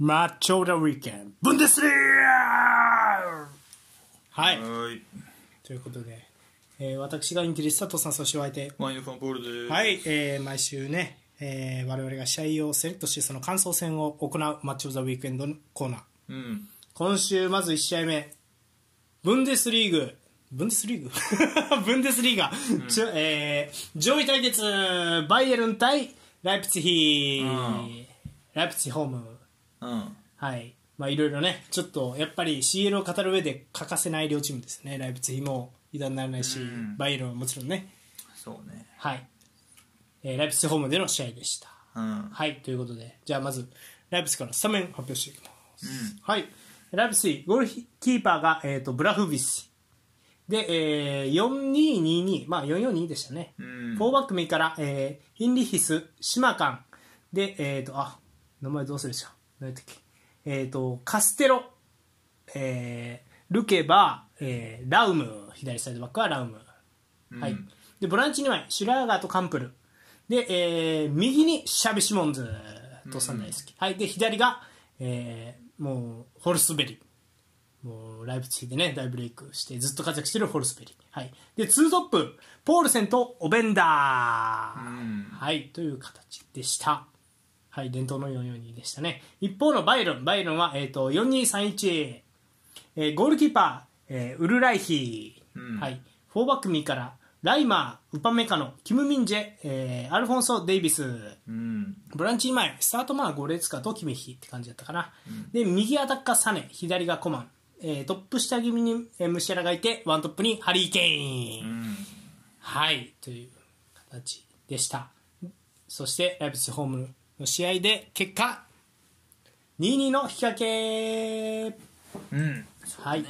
Matilda Weekend ブンデスリーガはい、はい。ということで、えー私がインテリスタとさんそしてお相手マイナファンポールです。はい、えー毎週ね、えー我々が試合をセレクトしてその感想戦を行うマッチ・オブ・ザ・ウィークエンドのコーナーうん。今週まず1試合目ブンデスリーグブンデスリーグ ブンデスリーガ、ちょえー上位対決バイエルン対ライプツィヒ、うんライプツィホームうん。はいまあいろいろねちょっとやっぱり CL を語る上で欠かせない両チームですねライプツィヒも油断ならないし、うんバイエルンはもちろんねそうね。はい、えーライプツィヒホームでの試合でしたうん。はいということでじゃあまずライプツィヒからスタメン発表していきますはい、ライプツィヒゴールキーパーが、えー、とブラフビッチで、えー、4222、まあ、442でしたね、うんフォーバック右から、えー、インリヒス、シマカン、で、えー、とあ名前どうするでしょ何やったっけ、えー、とカステロ、えールケバー、えーラウム、左サイドバックはラウム、うん。はい、でボランチ2枚、シュラーガーとカンプル、で、えー右にシャビ・シモンズとサンダイスキ、はい、で左が、えーもうホルスベリもうライブツィでね大ブレイクしてずっと活躍してるホルスベリ、はい、で2トップポールセンとオベンダー、うんはい、という形でした。はい、伝統の442でしたね。一方のバイロン、バイロンは、えー、と4231、えーゴールキーパー、えーウルライヒー、うんはい、フォーバック右からライマー、ウパメカノ、キム・ミンジェ、えーアルフォンソ・デイビス、うん。ボランチ前、スタートまあゴレツカとキミヒって感じだったかな、で右アタッカー、サネ、左がコマン、えートップ下気味に、えームシアラがいて、ワントップにハリー・ケイン。うん。はい、という形でした。そして、ライプツィヒホームの試合で、結果、2-2の引き分け、うん。はい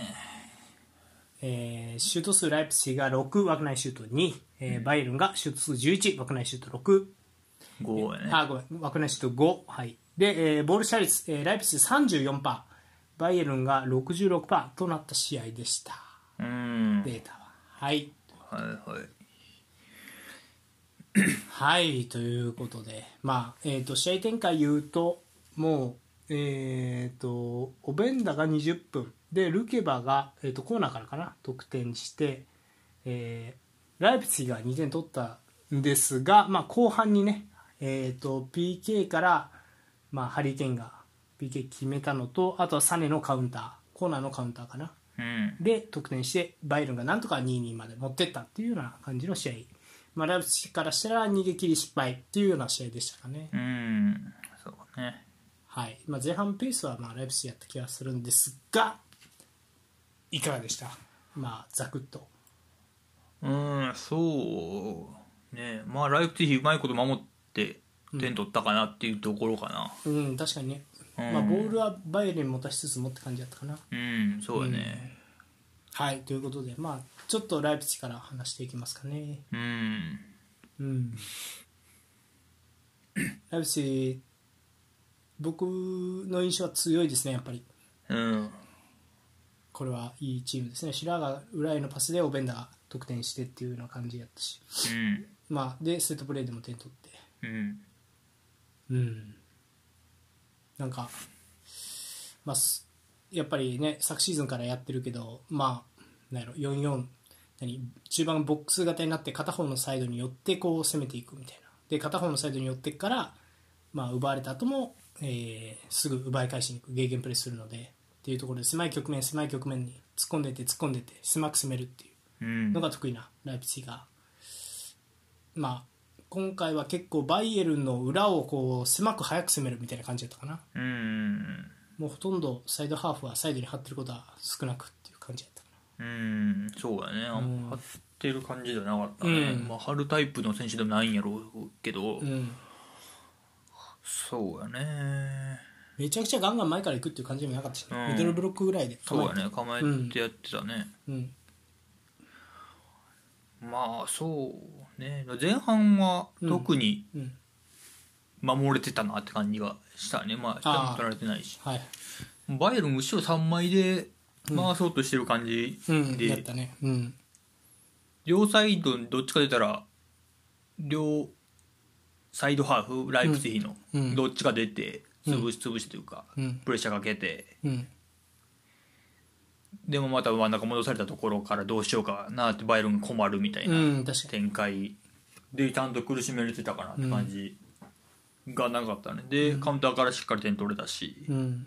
えーシュート数、ライプツィヒが6、枠内シュート2、えーバイエルンがシュート数11、枠内シュート6、五やね。あごめん枠内シュート5、はいでえーボール射率、えーライプツィヒ34%、バイエルンが66%となった試合でした、うん。データは。はいはいはい。はいということで、まあえー、と試合展開言うともう、えー、とオベンダが20分でルケバが、えー、とコーナーからかな得点して、えーライプツィが2点取ったんですが、まあ、後半にね、えー、と PK から、まあ、ハリケーンが PK 決めたのとあとはサネのカウンターコーナーのカウンターかなうん。で得点してバイエルンがなんとか2-2まで持ってったっていうような感じの試合、まあ、ライプツィヒからしたら逃げ切り失敗っていうような試合でしたかね、うん。そうね。はいまあ、前半ペースはまあライプツィヒやった気がするんですがいかがでしたまあざくっとうん、そう。ねまあ、ライプティヒうまいこと守って、点取ったかなっていうところかな。うん確かにね、うんまあ、ボールはバイエルンに持たしつつもって感じだったかなうん、そうやね。はいということでまあちょっとライプツィヒから話していきますかねうん。うん、ライプツィヒ僕の印象は強いですねやっぱりうん。これはいいチームですね白が裏へのパスでオベンダが得点してっていうような感じやったし、うん。まあ、でセットプレーでも点取ってうん。うんなんか、まあ、すやっぱりね昨シーズンからやってるけどまあなんやろ44何中盤ボックス型になって片方のサイドに寄ってこう攻めていくみたいなで片方のサイドに寄ってから、まあ、奪われた後も、えーすぐ奪い返しに行くゲーゲンプレスするのでっていうところで狭い局面狭い局面に突っ込んでって突っ込んでって狭く攻めるっていううんの。が得意なライプツィヒが、まあ、今回は結構バイエルンの裏をこう狭く早く攻めるみたいな感じだったかなうん。もうほとんどサイドハーフはサイドに張ってることは少なくっていう感じだったかうん、そうだね、あんうんま張ってる感じじゃなかったね、うんまあ、張るタイプの選手でもないんやろうけな、ど、うん、そうやね、めちゃくちゃガンガン前から行くっていう感じでもなかったし、ねうんミドルブロックぐらいでそうえやてね、構えてやってたね、うんまあそうね、前半は特にうん守れてたなって感じがしたね、まあ、下も取られてないし、はいバイエルン、後ろ3枚で回そうとしてる感じうで、んやったねうん両サイド、どっちか出たら、両サイドハーフ、ライプツィヒの、うんどっちか出て、潰し潰しというか、うんプレッシャーかけてうんでもまた真ん中戻されたところからどうしようかなってバイロンが困るみたいなうん確かに展開でちゃんと苦しめれてたかなって感じがなかったね、でカウンターからしっかり点取れたし、うん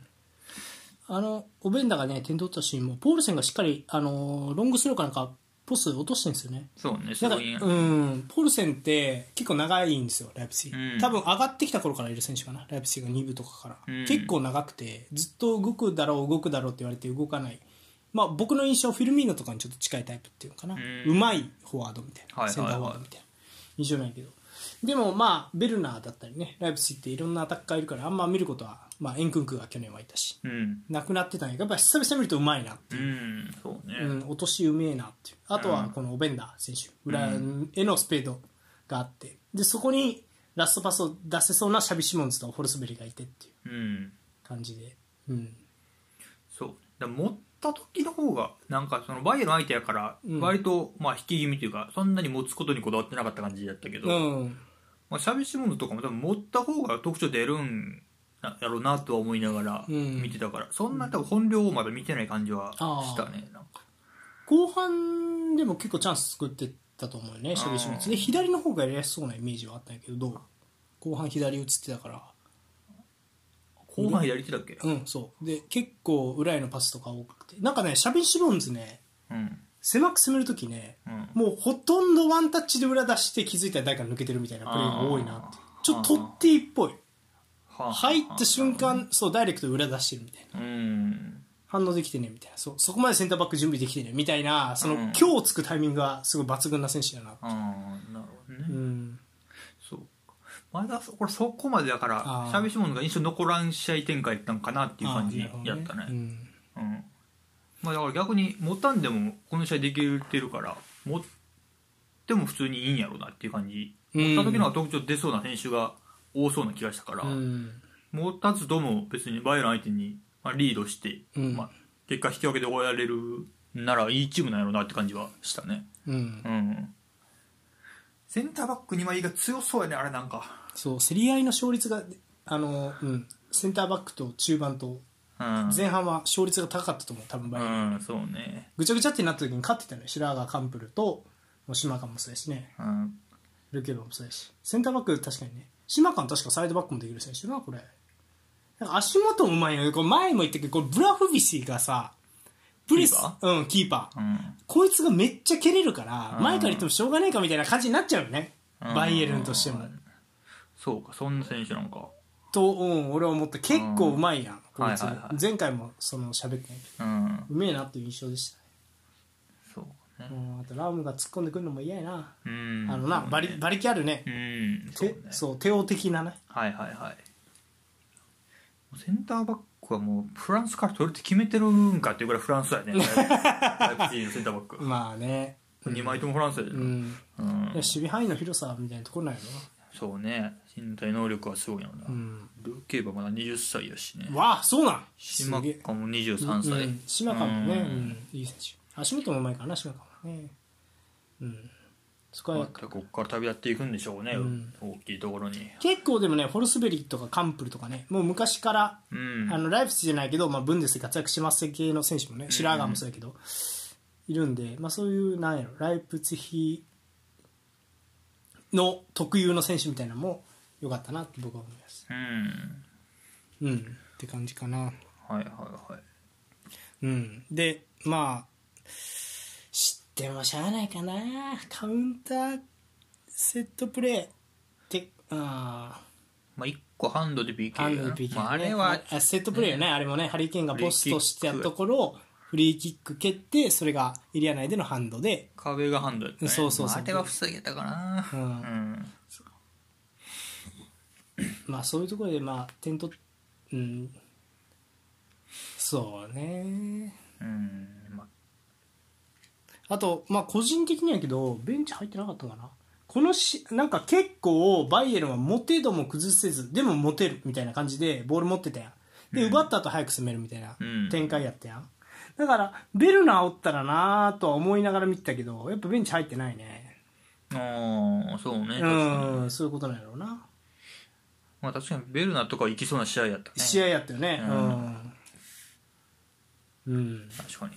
あのおベンダがね点取ったシーンもポールセンがしっかりあのロングスローかなんかポス落としてるんですよねそうねすなんかごいねうんポールセンって結構長いんですよライプツィうん多分上がってきた頃からいる選手かなライプツィが2部とかから、うん結構長くてずっと動くだろう動くだろうって言われて動かないまあ僕の印象フィルミーノとかにちょっと近いタイプっていうのかなんうまいフォワードみたいないははいはいセンターフォワードみたいな印象ないけどでもまあベルナーだったりねライプツィっていろんなアタッカーいるからあんま見ることはまあエンクンクが去年はいたしうんなくなってたんやけどやっぱ久々に見るとうまいなってういう。んそうね、うん、落としうめえなっていうあとうはんこのオベンダー選手裏へのスペードがあってでそこにラストパスを出せそうなシャビ・シモンズとホルスベリがいてっていううん感じで、うん、そうだから持った時の方がなんかそのバイエルン相手やから割とまあ引き気味というかそんなに持つことにこだわってなかった感じだったけど、うん、まあ、シャビシモンズとかも多分持った方が特徴出るんやろうなとは思いながらうん見てたから、そんな多分本領をまだ見てない感じはあーしたねなんか後半でも結構チャンス作ってたと思うよねシャビ・シモンズで左の方がやりやすそうなイメージはあったんやけどどう後半左移ってたから後半左手だっけうんそうで結構裏へのパスとか多くてなんかねシャビ・シモンズねうん狭く攻めるときねうんもうほとんどワンタッチで裏出して気づいたら誰か抜けてるみたいなプレーが多いなってあーちょっとトッティっぽいはあ入った瞬間そうダイレクトで裏出してるみたいなうん反応できてねみたいなそうそこまでセンターバック準備できてねみたいなそのうん今日つくタイミングがすごい抜群な選手だなああなるほどね、うんそうかまだそこれそこまでだからあーシャビシモンズが印象残らん試合展開やったんかなっていう感じあーやなるほっどたねうんうんまあ、だから逆に持たんでもこの試合できてるから持っても普通にいいんやろうなっていう感じうん持った時の方が特徴出そうな選手が多そうな気がしたから、うん持たずとも別にバイエルン相手にまあリードして、うんまあ、結果引き分けで終わられるならいいチームなんやろうなって感じはしたねうんうんセンターバック2枚が強そうやねあれなんかそう競り合いの勝率があのうんセンターバックと中盤とうん、前半は勝率が高かったと思う多分バイエルンうん、そうねぐちゃぐちゃってなった時に勝ってたのよ白髪カンプルと島間もそうやしねうんルケロもそうやしセンターバック確かにね島間確かサイドバックもできる選手だなこれなんか足元もうまいのよこれ前も言ったけどこれブラフビシがさプレスキーパうん、キーパーうんこいつがめっちゃ蹴れるからうん前から言ってもしょうがないかみたいな感じになっちゃうよねうんバイエルンとしてもそうかそんな選手なんかと、うん、俺は思った結構うまいやんこいつはいはいはい前回もその喋ってないけどうんうめえなっていう印象でしたねそうねうんあとラウムが突っ込んでくるのも嫌やなうんあのな、そうね馬力馬力あるねうんそうてねそう帝王的なねはいはいはいセンターバックはもうフランスから取るって決めてるんかっていうぐらいフランスや ねライプツィヒのセンターバックまあね2枚ともフランスやで、ううんんいや守備範囲の広さみたいなところなんやそうね身体能力はすごいよな、ろなうんルーケーバまだ20歳やしねわあそうなん島すげえかも23歳、うん島かもねううんんいい選手足元もうまいからな島かもねうんそこまはたここから旅立っていくんでしょうね、うん大きいところに結構でもねフォルスベリとかカンプルとかねもう昔からうんあのライフスじゃないけど、まあ、ブンデスで活躍してます系の選手もね、シラーガーもそうやけど、いるんで、まあ、そういう、なんやろ、ライプツィヒの特有の選手みたいなのも良かったなって僕は思います。うんうん、って感じかな。はいはいはいうん、で、まあ、知ってもしゃあないかな、カウンターセットプレーって、あまあ1個ハンドで PK ーハンドで PK ね、まあ、あれはあセットプレーよね、あれもね、ハリケーンがポストしてたところを、フリーキック蹴って、それがエリア内でのハンドで、壁がハンドやったねそうそうそうまあ、あれは防げたかなうんんまあそういうところで、まあ、点取っ、うん、そうね。うんまああと、まあ個人的にやけど、ベンチ入ってなかったかな。このし、なんか結構、バイエルンはモテ度も崩せず、でもモテるみたいな感じで、ボール持ってたやん。で、奪った後早く攻めるみたいなうん展開やったやん。だから、ベルナーおったらなぁとは思いながら見てたけど、やっぱベンチ入ってないね。ああそうね確かにうん、そういうことなんやろうな。まあ確かにベルナとか行きそうな試合やったね試合やったよねううん、うん、確か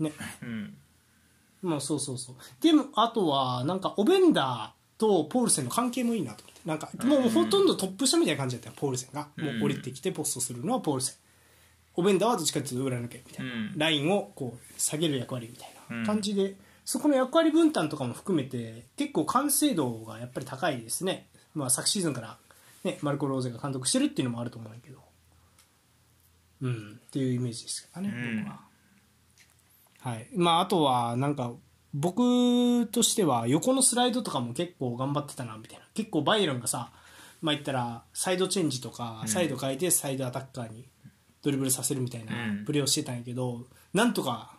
にねうんまあそうそうそうでもあとはなんかオベンダーとポールセンの関係もいいなと思ってなんかもううんほとんどトップ下みたいな感じだったよポールセンがうんもう降りてきてポストするのはポールセンオベンダーはどっちかっていうと裏抜けみたいな、うんラインをこう下げる役割みたいうんな感じで、そこの役割分担とかも含めて結構完成度がやっぱり高いですね、まあ、昨シーズンから、ね、マルコ・ローゼが監督してるっていうのもあると思うんだけどうんっていうイメージですからね、うん僕は。はいまあ、あとはなんか僕としては横のスライドとかも結構頑張ってたなみたいな結構バイエルンがさ、まあ、言ったらサイドチェンジとかうんサイド変えてサイドアタッカーにドリブルさせるみたいなうんプレーをしてたんやけど、なんとか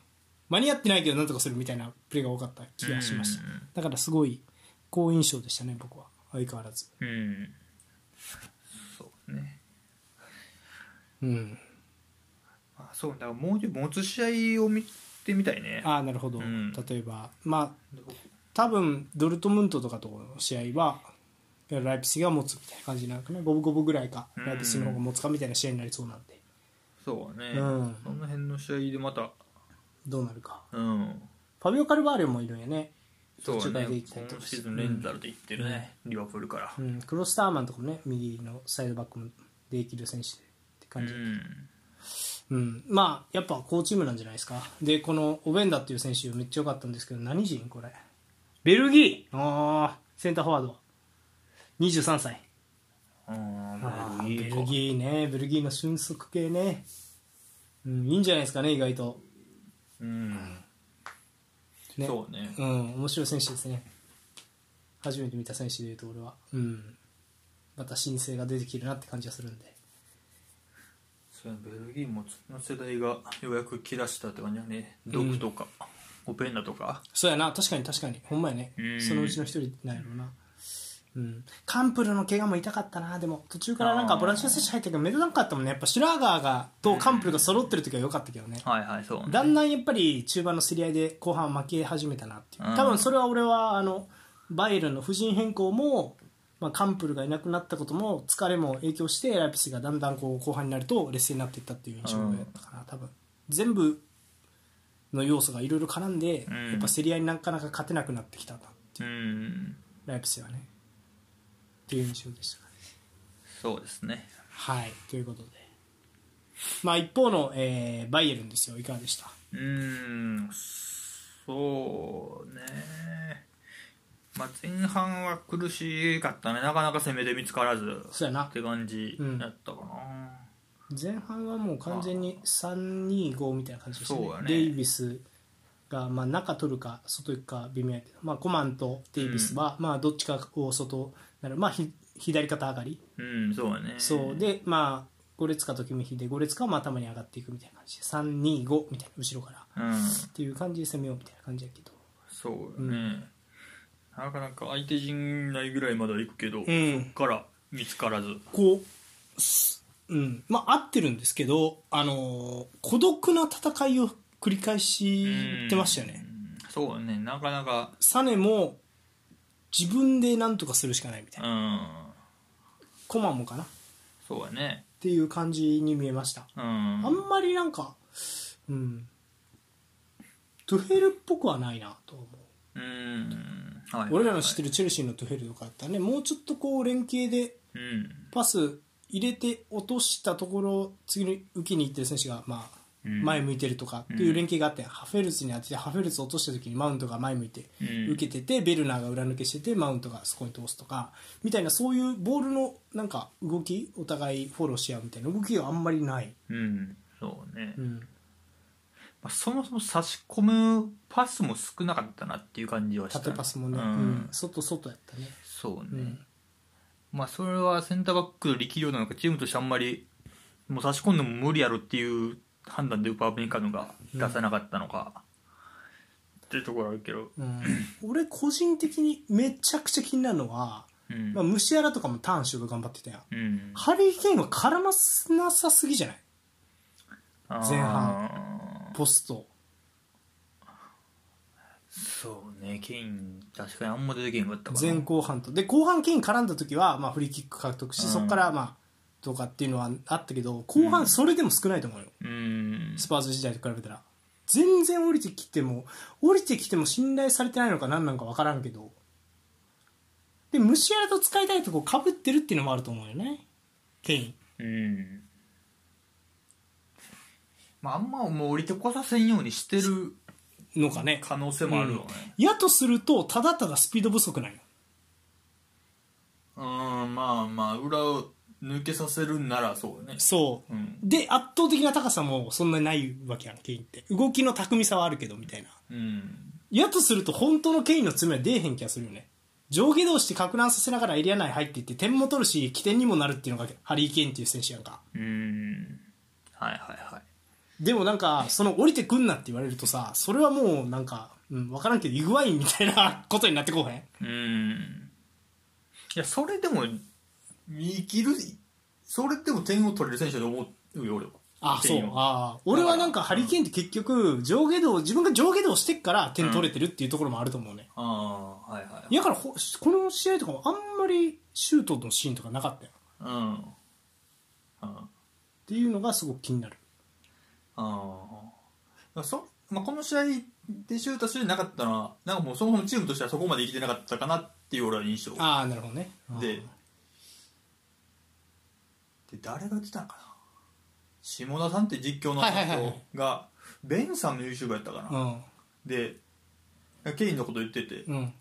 間に合ってないけどなんとかするみたいなプレーが多かった気がしました、うんうんうんだからすごい好印象でしたね僕は相変わらず。うんそうねうん、あそうだからもうちょい持つ試合を見てみたいねああなるほど、うん例えばまあ多分ドルトムントとかとの試合はライプスが持つみたいな感じなのかな五分五分ぐらいかうんライプスの方が持つかみたいな試合になりそうなんでそうね、うんその辺の試合でまたどうなるかうんファビオ・カルバーレもいるんやねそう途中かねらで今行きたいとこシーズンレンタルで行ってるね、リバプールからうん、クロスターマンとかもね右のサイドバックもできる選手ってう感じ、うんんまあやっぱ好チームなんじゃないですかでこのオベンダっていう選手めっちゃ良かったんですけど何人これベルギーああセンターフォワード23歳あああーベベルギーかルギーねベルギーの俊足系ね、うん、いいんじゃないですかね意外とうんねそうねうん面白い選手ですね初めて見た選手でいうと俺はうんまた新星が出てきてるなって感じがするんでそうベルギーも次の世代がようやく来だしたって感じだねドクとか、オペンダとかそうやな確かに確かにほんまやねうんそのうちの一人なんやろうなうん、カンプルの怪我も痛かったなでも途中からなんかあーボランチの選手入ったけど目立たなかったもんねやっぱシュラーガーがとカンプルが揃ってる時は良かったけどね、はいはいそうだんねだんやっぱり中盤の競り合いで後半負け始めたなっていう、うん多分それは俺はあのバイエルンの不陣変更も、まあ、カンプルがいなくなったことも疲れも影響してライプスがだんだんこう後半になると劣勢になっていったっていう印象だったから、多分全部の要素がいろいろ絡んで、うんやっぱ競り合いになかなか勝てなくなってきたなうんライプスはねっていう印象でしたかねそうですねはいということで、まあ、一方の、えーバイエルンですよいかがでしたうーんそうねまあ前半は苦しかったねなかなか攻めで見つからずそうやなって感じだったかな、前半はもう完全に325みたいな感じでしたねそうだねデイビスがまあ中取るか外行くか微妙やけど、まあ、コマンとデイビスはまあどっちかを外なる、まあ、ひ左肩上がり、うん、そうだねそうでまあゴレツカとキムヒでゴレツカはまあ頭に上がっていくみたいな感じで325みたいな後ろからっうんていう感じで攻めようみたいな感じやけどそうだね、なかなか相手陣内ぐらいまでは行くけうど、んから見つからずこうすうんまあ合ってるんですけどあのー孤独な戦いを繰り返してましたよね、うんそうだねなかなかサネも自分で何とかするしかないみたいうな、んコマンもかなっそうだねていう感じに見えました、うんあんまりなんかうんトゥヘルっぽくはないなと思ううん、はい、俺らの知ってるるチェルシーのトゥヘルとかだったらねもうちょっとこう連携でパス入れて落としたところ次に受けに行ってる選手がまあうん前向いてるとかっていう連携があって、ハフェルツに当ててハフェルツ落とした時にマウントが前向いてうん受けてて、ベルナーが裏抜けしててマウントがそこに通すとかみたいなそういうボールのなんか動きお互いフォローし合うみたいな動きがあんまりない、うん、うん、そうね、うん、まあ、そもそも差し込むパスも少なかったなっていう感じはした縦パスもね、ううんん外外やったね、そううね、んまあそれはセンターバックの力量なのかチームとしてあんまりもう差し込んでも無理やろっていう判断でウパーベンカノが出さなかったのか、っていうところあるけど、うん、俺個人的にめちゃくちゃ気になるのは、うんまあ、ムシアラとかもターンしようと頑張ってたやんうん、ハリー・ケインは絡ませなさすぎじゃないあー前半ポストそうね、ケイン、確かにあんま出てけへんかったから。前後半とで後半ケイン絡んだ時は、まあ、フリーキック獲得し、うんそこからまあどうかっていうのはあったけど後半それでも少ないと思うよ、うん。スパーズ時代と比べたら全然降りてきても降りてきても信頼されてないのか何なのか分からんけどで虫やらと使いたいとこかぶってるっていうのもあると思うよねケインうん。まあ、あんまもう降りてこさせんようにしてるのかね可能性もあるよね。やとするとただただスピード不足なんようん、まあまあ、裏を抜けさせるんならそうね。そう、うん。で圧倒的な高さもそんなにないわけやんケインって動きの巧みさはあるけどみたいなうん。やとすると本当のケインの爪は出えへん気がするよね上下動して攪乱させながらエリア内入っていって点も取るし起点にもなるっていうのがハリー・ケインっていう選手やんかうん。はいはいはい。でもなんかその降りてくんなって言われるとさそれはもうなんか、うん、分からんけどイグワインみたいなことになってこうへんうんいやそれでも生きるそれでも点を取れる選手だと思うよ俺はあケそイうンはああ俺はなんかハリー・ケインって結局上下動自分が上下動してっから点取れてるっていうところもあると思うね、ああはいはいいやだからほこの試合とかもあんまりシュートのシーンとかなかったよっうんうんあていうのがすごく気になるあそ、まあ、この試合でシュートしてなかったのはなんかもうそのチームとしてはそこまで生きてなかったかなっていう俺は印象でああなるほどねああで誰が来たのかな下田さんって実況のはいはいはいはい人がベンさんの YouTuber やったかな、うんでケインのこと言ってて、うん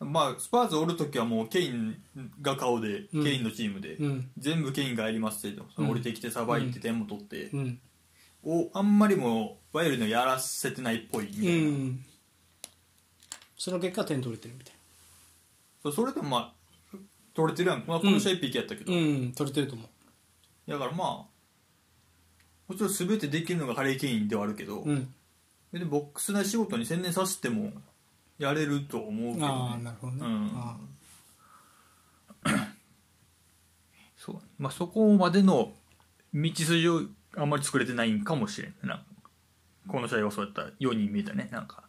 まあ、スパーズおるときはもうケインが顔で、うんケインのチームで、うん全部ケインがやりますってその降りてきてさばいて点も取って、うんをあんまりもうワイルドにはやらせてないっぽいみたういな、んその結果点取れてるみたいそうそれでもまあ取れてるやん、まあ、この試合 PK やったけど、なうん取れてると思だからまあもちろん全てできるのがハリー・ケインではあるけど、ううんでボックス内仕事に専念させてもやれると思うけど、ね、ああなるほどね、うんあそう、まあ、そこまでの道筋をあんまり作れてないんかもしれんなんかこの試合はそうやったように見えたねなんか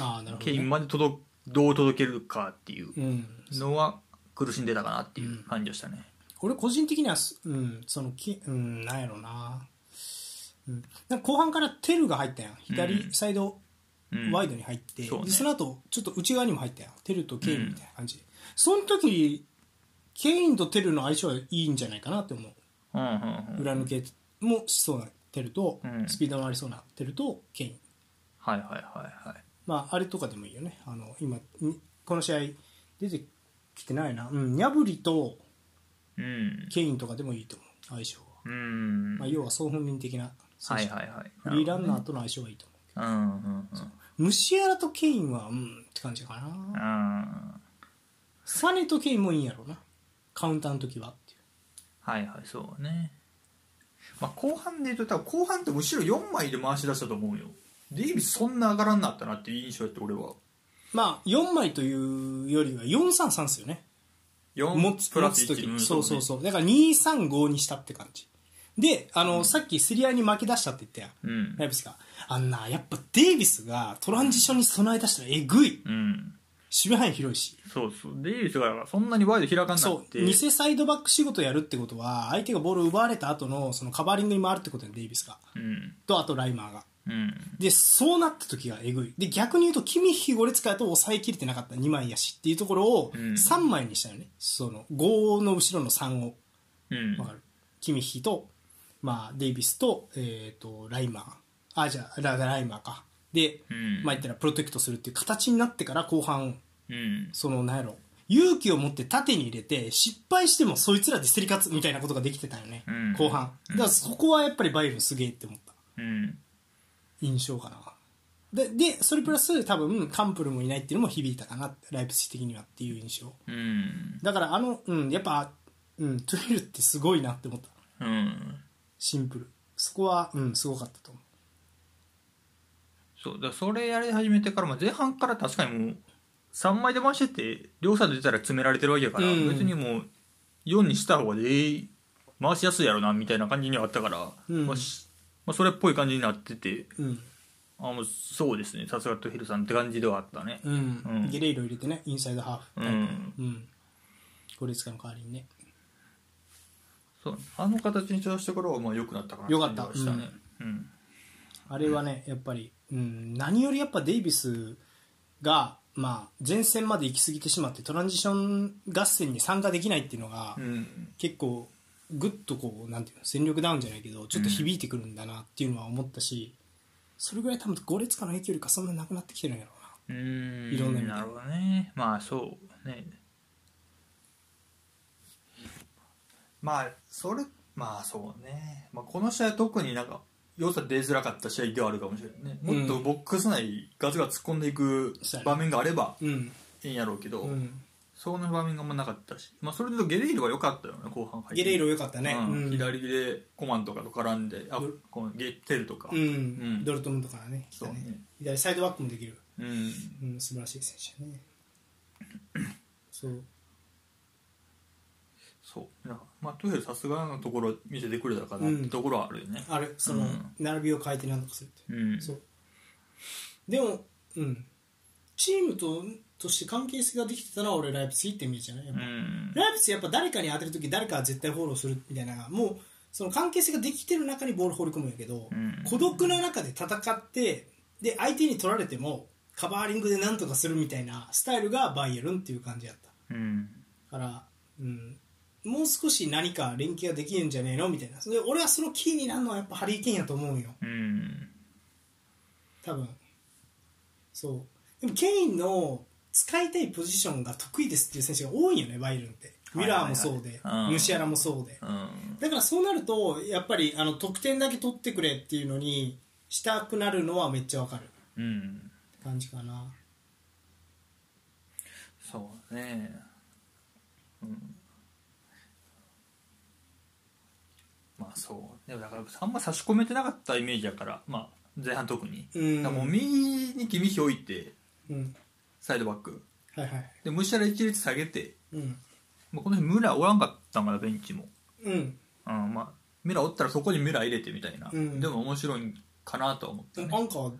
あああなるほど、ケね、インまで届どう届けるかっていううんのは苦しんでたかなっていう感じでしたね、俺個人的にはすうんそのきうんなんやろな,、うん、なんか後半からテルが入ったやん左サイドうんワイドに入って、そうねでその後ちょっと内側にも入ったやんテルとケインみたいな感じ、その時ケインとテルの相性はいいんじゃないかなって思ううんうんうん裏抜けもしそうなテルと、うんスピードのありそうなテルとケインはいはいはいはいまあ、あれとかでもいいよね、あの今、にこの試合、出てきてないな、うん、ニャブリとうんケインとかでもいいと思う、相性は。うんまはあ、い要は総本人的な選は手いはいフリーランナーとの相性はいいと思うんうんうんう。ムシアラとケインは、うんって感じかな。あサネとケインもいいんやろうな、カウンターの時はっていう。ーはいはいそうねまあ後半で言うと多分後半って後ろ4枚で回し出したと思うよデイビスそんな上がらんなったなっていう印象やって俺はまあ、4枚というよりは433ですよね。持つ4持プラスつ1時そうそうそうだから235にしたって感じであの、さっき競り合いに負け出したって言ったやんうんライブスがあんなやっぱデイビスがトランジションに備え出したらえぐいうん守備範囲広いしそうそうデイビスがそんなにワイド開かんなそくうて偽サイドバック仕事やるってことは相手がボールを奪われた後のそのカバーリングに回るってことやんデイビスがうんとあとライマーがうんでそうなった時がえぐいで逆に言うとキミッヒ・ゴレツカやと抑えきれてなかった2枚やしっていうところをうん3枚にしたよね、その5の後ろの3をうんわかるキミッヒと、まあ、デイビスと,、えー、とライマーあじゃあラライマーかで、うんまあ言ったらプロテクトするっていう形になってから後半うんそのなんやろ勇気を持って縦に入れて失敗してもそいつらで競り勝つみたいなことができてたよね、うん後半だからそこはやっぱりバイエルンすげえって思ったうん印象かなででそれプラス多分カンプルもいないっていうのも響いたかなライプツィヒ的にはっていう印象うんだからあの、うん、やっぱ、うん、トゥエルってすごいなって思ったうんシンプルそこはうんすごかったと思うそうだからそれやり始めてから、まあ、前半から確かにもう3枚で回してて両サイド出たら詰められてるわけやから、うん別にもう4にした方がええ回しやすいやろなみたいな感じにはあったから、うんまあしまあ、それっぽい感じになっててうんああもうそうですねさすがとヒルさんって感じではあったねうん、うんゲレイロ入れてねインサイドハーうフ、ん、うん、ゴレツカの代わりにねそうあの形に調してからはまあ良くなったかな良かった感じはしたねうんあれはねやっぱり、うん、何よりやっぱデイビスが、まあ、前線まで行き過ぎてしまってトランジション合戦に参加できないっていうのが、うん結構グッとこうなんていうの戦力ダウンじゃないけどちょっと響いてくるんだなっていうのは思ったし、それぐらい多分5列化の影響力がそんななくなってきてるんやろうなうんいろんな意味でなるほどねまあそうねまあそれまあそうね、まあ、この試合特になんか良さ出づらかった試合ではあるかもしれないねもっとボックス内ガツガツ突っ込んでいく場面があればうん、いいんやろうけど、うん、その場面があんまなかったし、まあ、それで言うとゲレイロが良かったよね後半入ってゲレイロ良かったね、ううんん左でコマンとかと絡んであうんこのゲテルとかうんんドルトムントからね来たそうねね左サイドバックもできる、うんうん、素晴らしい選手だ ねそうそうなんかまあトゥヘルさすがのところ見せてくれたかなってところはあるよねあれその、うん並びを変えてなんとかするって、うんそうでもうんチームととして関係性ができてたら俺ライプツィヒってイメージじゃないやっうぱ、んライプツィヒやっぱ誰かに当てるとき誰かは絶対フォローするみたいなもうその関係性ができてる中にボール放り込むんやけど、うん孤独な中で戦ってで相手に取られてもカバーリングでなんとかするみたいなスタイルがバイエルンっていう感じやったうんから、うん、もう少し何か連携ができるんじゃねえのみたいなで俺はそのキーになるのはやっぱハリー・ケーンやと思うようん多分そうでもケインの使いたいポジションが得意ですっていう選手が多いよねバイエルンってウィラーもそうで、はいはいはいうんムシアラもそうでうんだからそうなるとやっぱりあの得点だけ取ってくれっていうのにしたくなるのはめっちゃわかるうん感じかなそうねうんまあそうでもだからあんま差し込めてなかったイメージやからまあ前半特に、うんだからもう右に君置いてうんサイドバックはいはいでむしゃら一律下げてうんまあこの日ムラおらんかったんかなベンチも、うんうんまあ、ミラおったらそこにミラ入れてみたいな、うんでも面白いかなとは思っでたもアねンカーは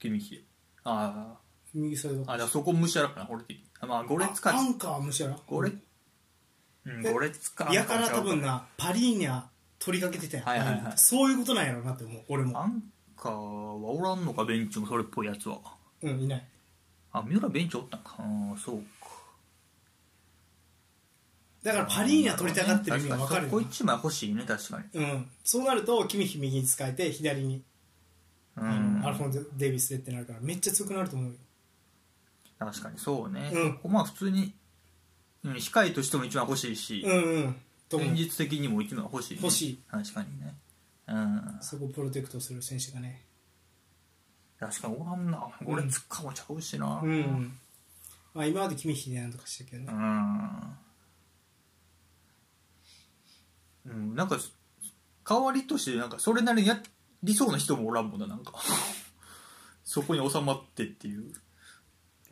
君ヒあ右サイドーあだからそこむしゃらかな俺的にあまあゴレツかあアンカーはむしろゴレ,、うん、えゴレツかやから多分ななパリーニャ取りかけてたやん、はいはいはいそういうことなんやろうなって思う俺アもンカーはおらんのかベンチもそれっぽいやつはうんいないあミラベンチおったんかうんそうかだからパリーニャ取りたがってる意味が分確かかるによそこな一枚欲しいね確かにうん、そうなるとキミヒ右に使えて左に、うんあのアルフォンズ・デイビスでってなるからめっちゃ強くなると思うよ確かにそうね、うんここまあ普通に、うん、控えとしても一番欲しいし、うんうんと思現う実的にも一枚欲しい、ね、欲しい確かにねうんそこをプロテクトする選手がね確かにおらんな俺つっかもちゃうしなうん、まあ、今までキミヒでなんとかしてるけどねうんうんなんか代わりとしてなんかそれなりにやりそうな人もおらんもんななんか そこに収まってっていう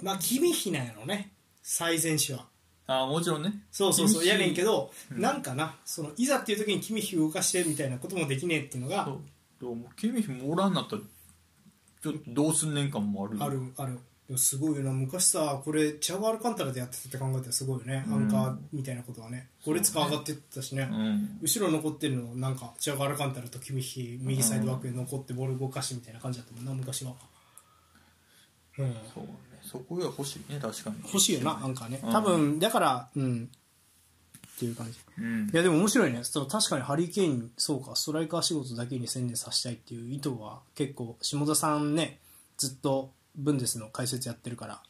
まあキミヒなんやろね最善手はああもちろんねそうそうそうキミヒやねんけど、なんかなそのいざっていう時にキミヒ動かしてみたいなこともできねえっていうのがそうどうもキミヒもおらんなったらちょっとどうすんねん感もあるあるあるでもすごいよな昔さこれチャゴ・アルカンタラでやってたって考えたらすごいよね、うんアンカーみたいなことはねゴレツカ上がってったしね、うん後ろ残ってるのなんかチアゴ・アルカンタラとキミヒ右サイドバックで残ってボール動かしてみたいな感じだったもんな昔は、うん、そうねそこが欲しいね確かに欲しいよなアンカーねうん多分だからうんっていう感じうんいやでも面白いねその確かにハリー・ケインそうかストライカー仕事だけに専念させたいっていう意図は結構下田さんねずっとブンデスの解説やってるから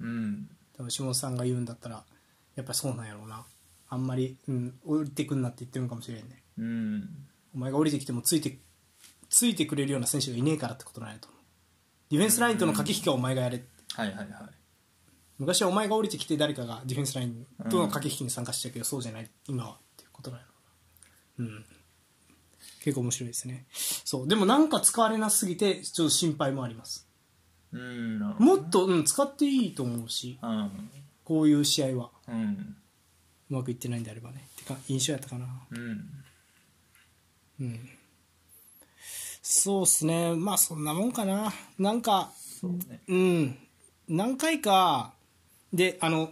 うん多分下田さんが言うんだったらやっぱりそうなんやろうなあんまり、うん、降りてくんなって言ってるのかもしれんねうんお前が降りてきてもついてついてくれるような選手がいねえからってことなんやと思うディフェンスラインとの駆け引きはお前がやれってはいはいはい昔はお前が降りてきて誰かがディフェンスラインとの駆け引きに参加してたけど、そうじゃない今はっていうことなのうん結構面白いですねそうでもなんか使われなすぎてちょっと心配もありますうんなるほどもっと、うん、使っていいと思うしうんこういう試合はうんうまくいってないんであればねってか印象やったかなうんうんそうですねまあそんなもんかななんかそうねうん何回かであの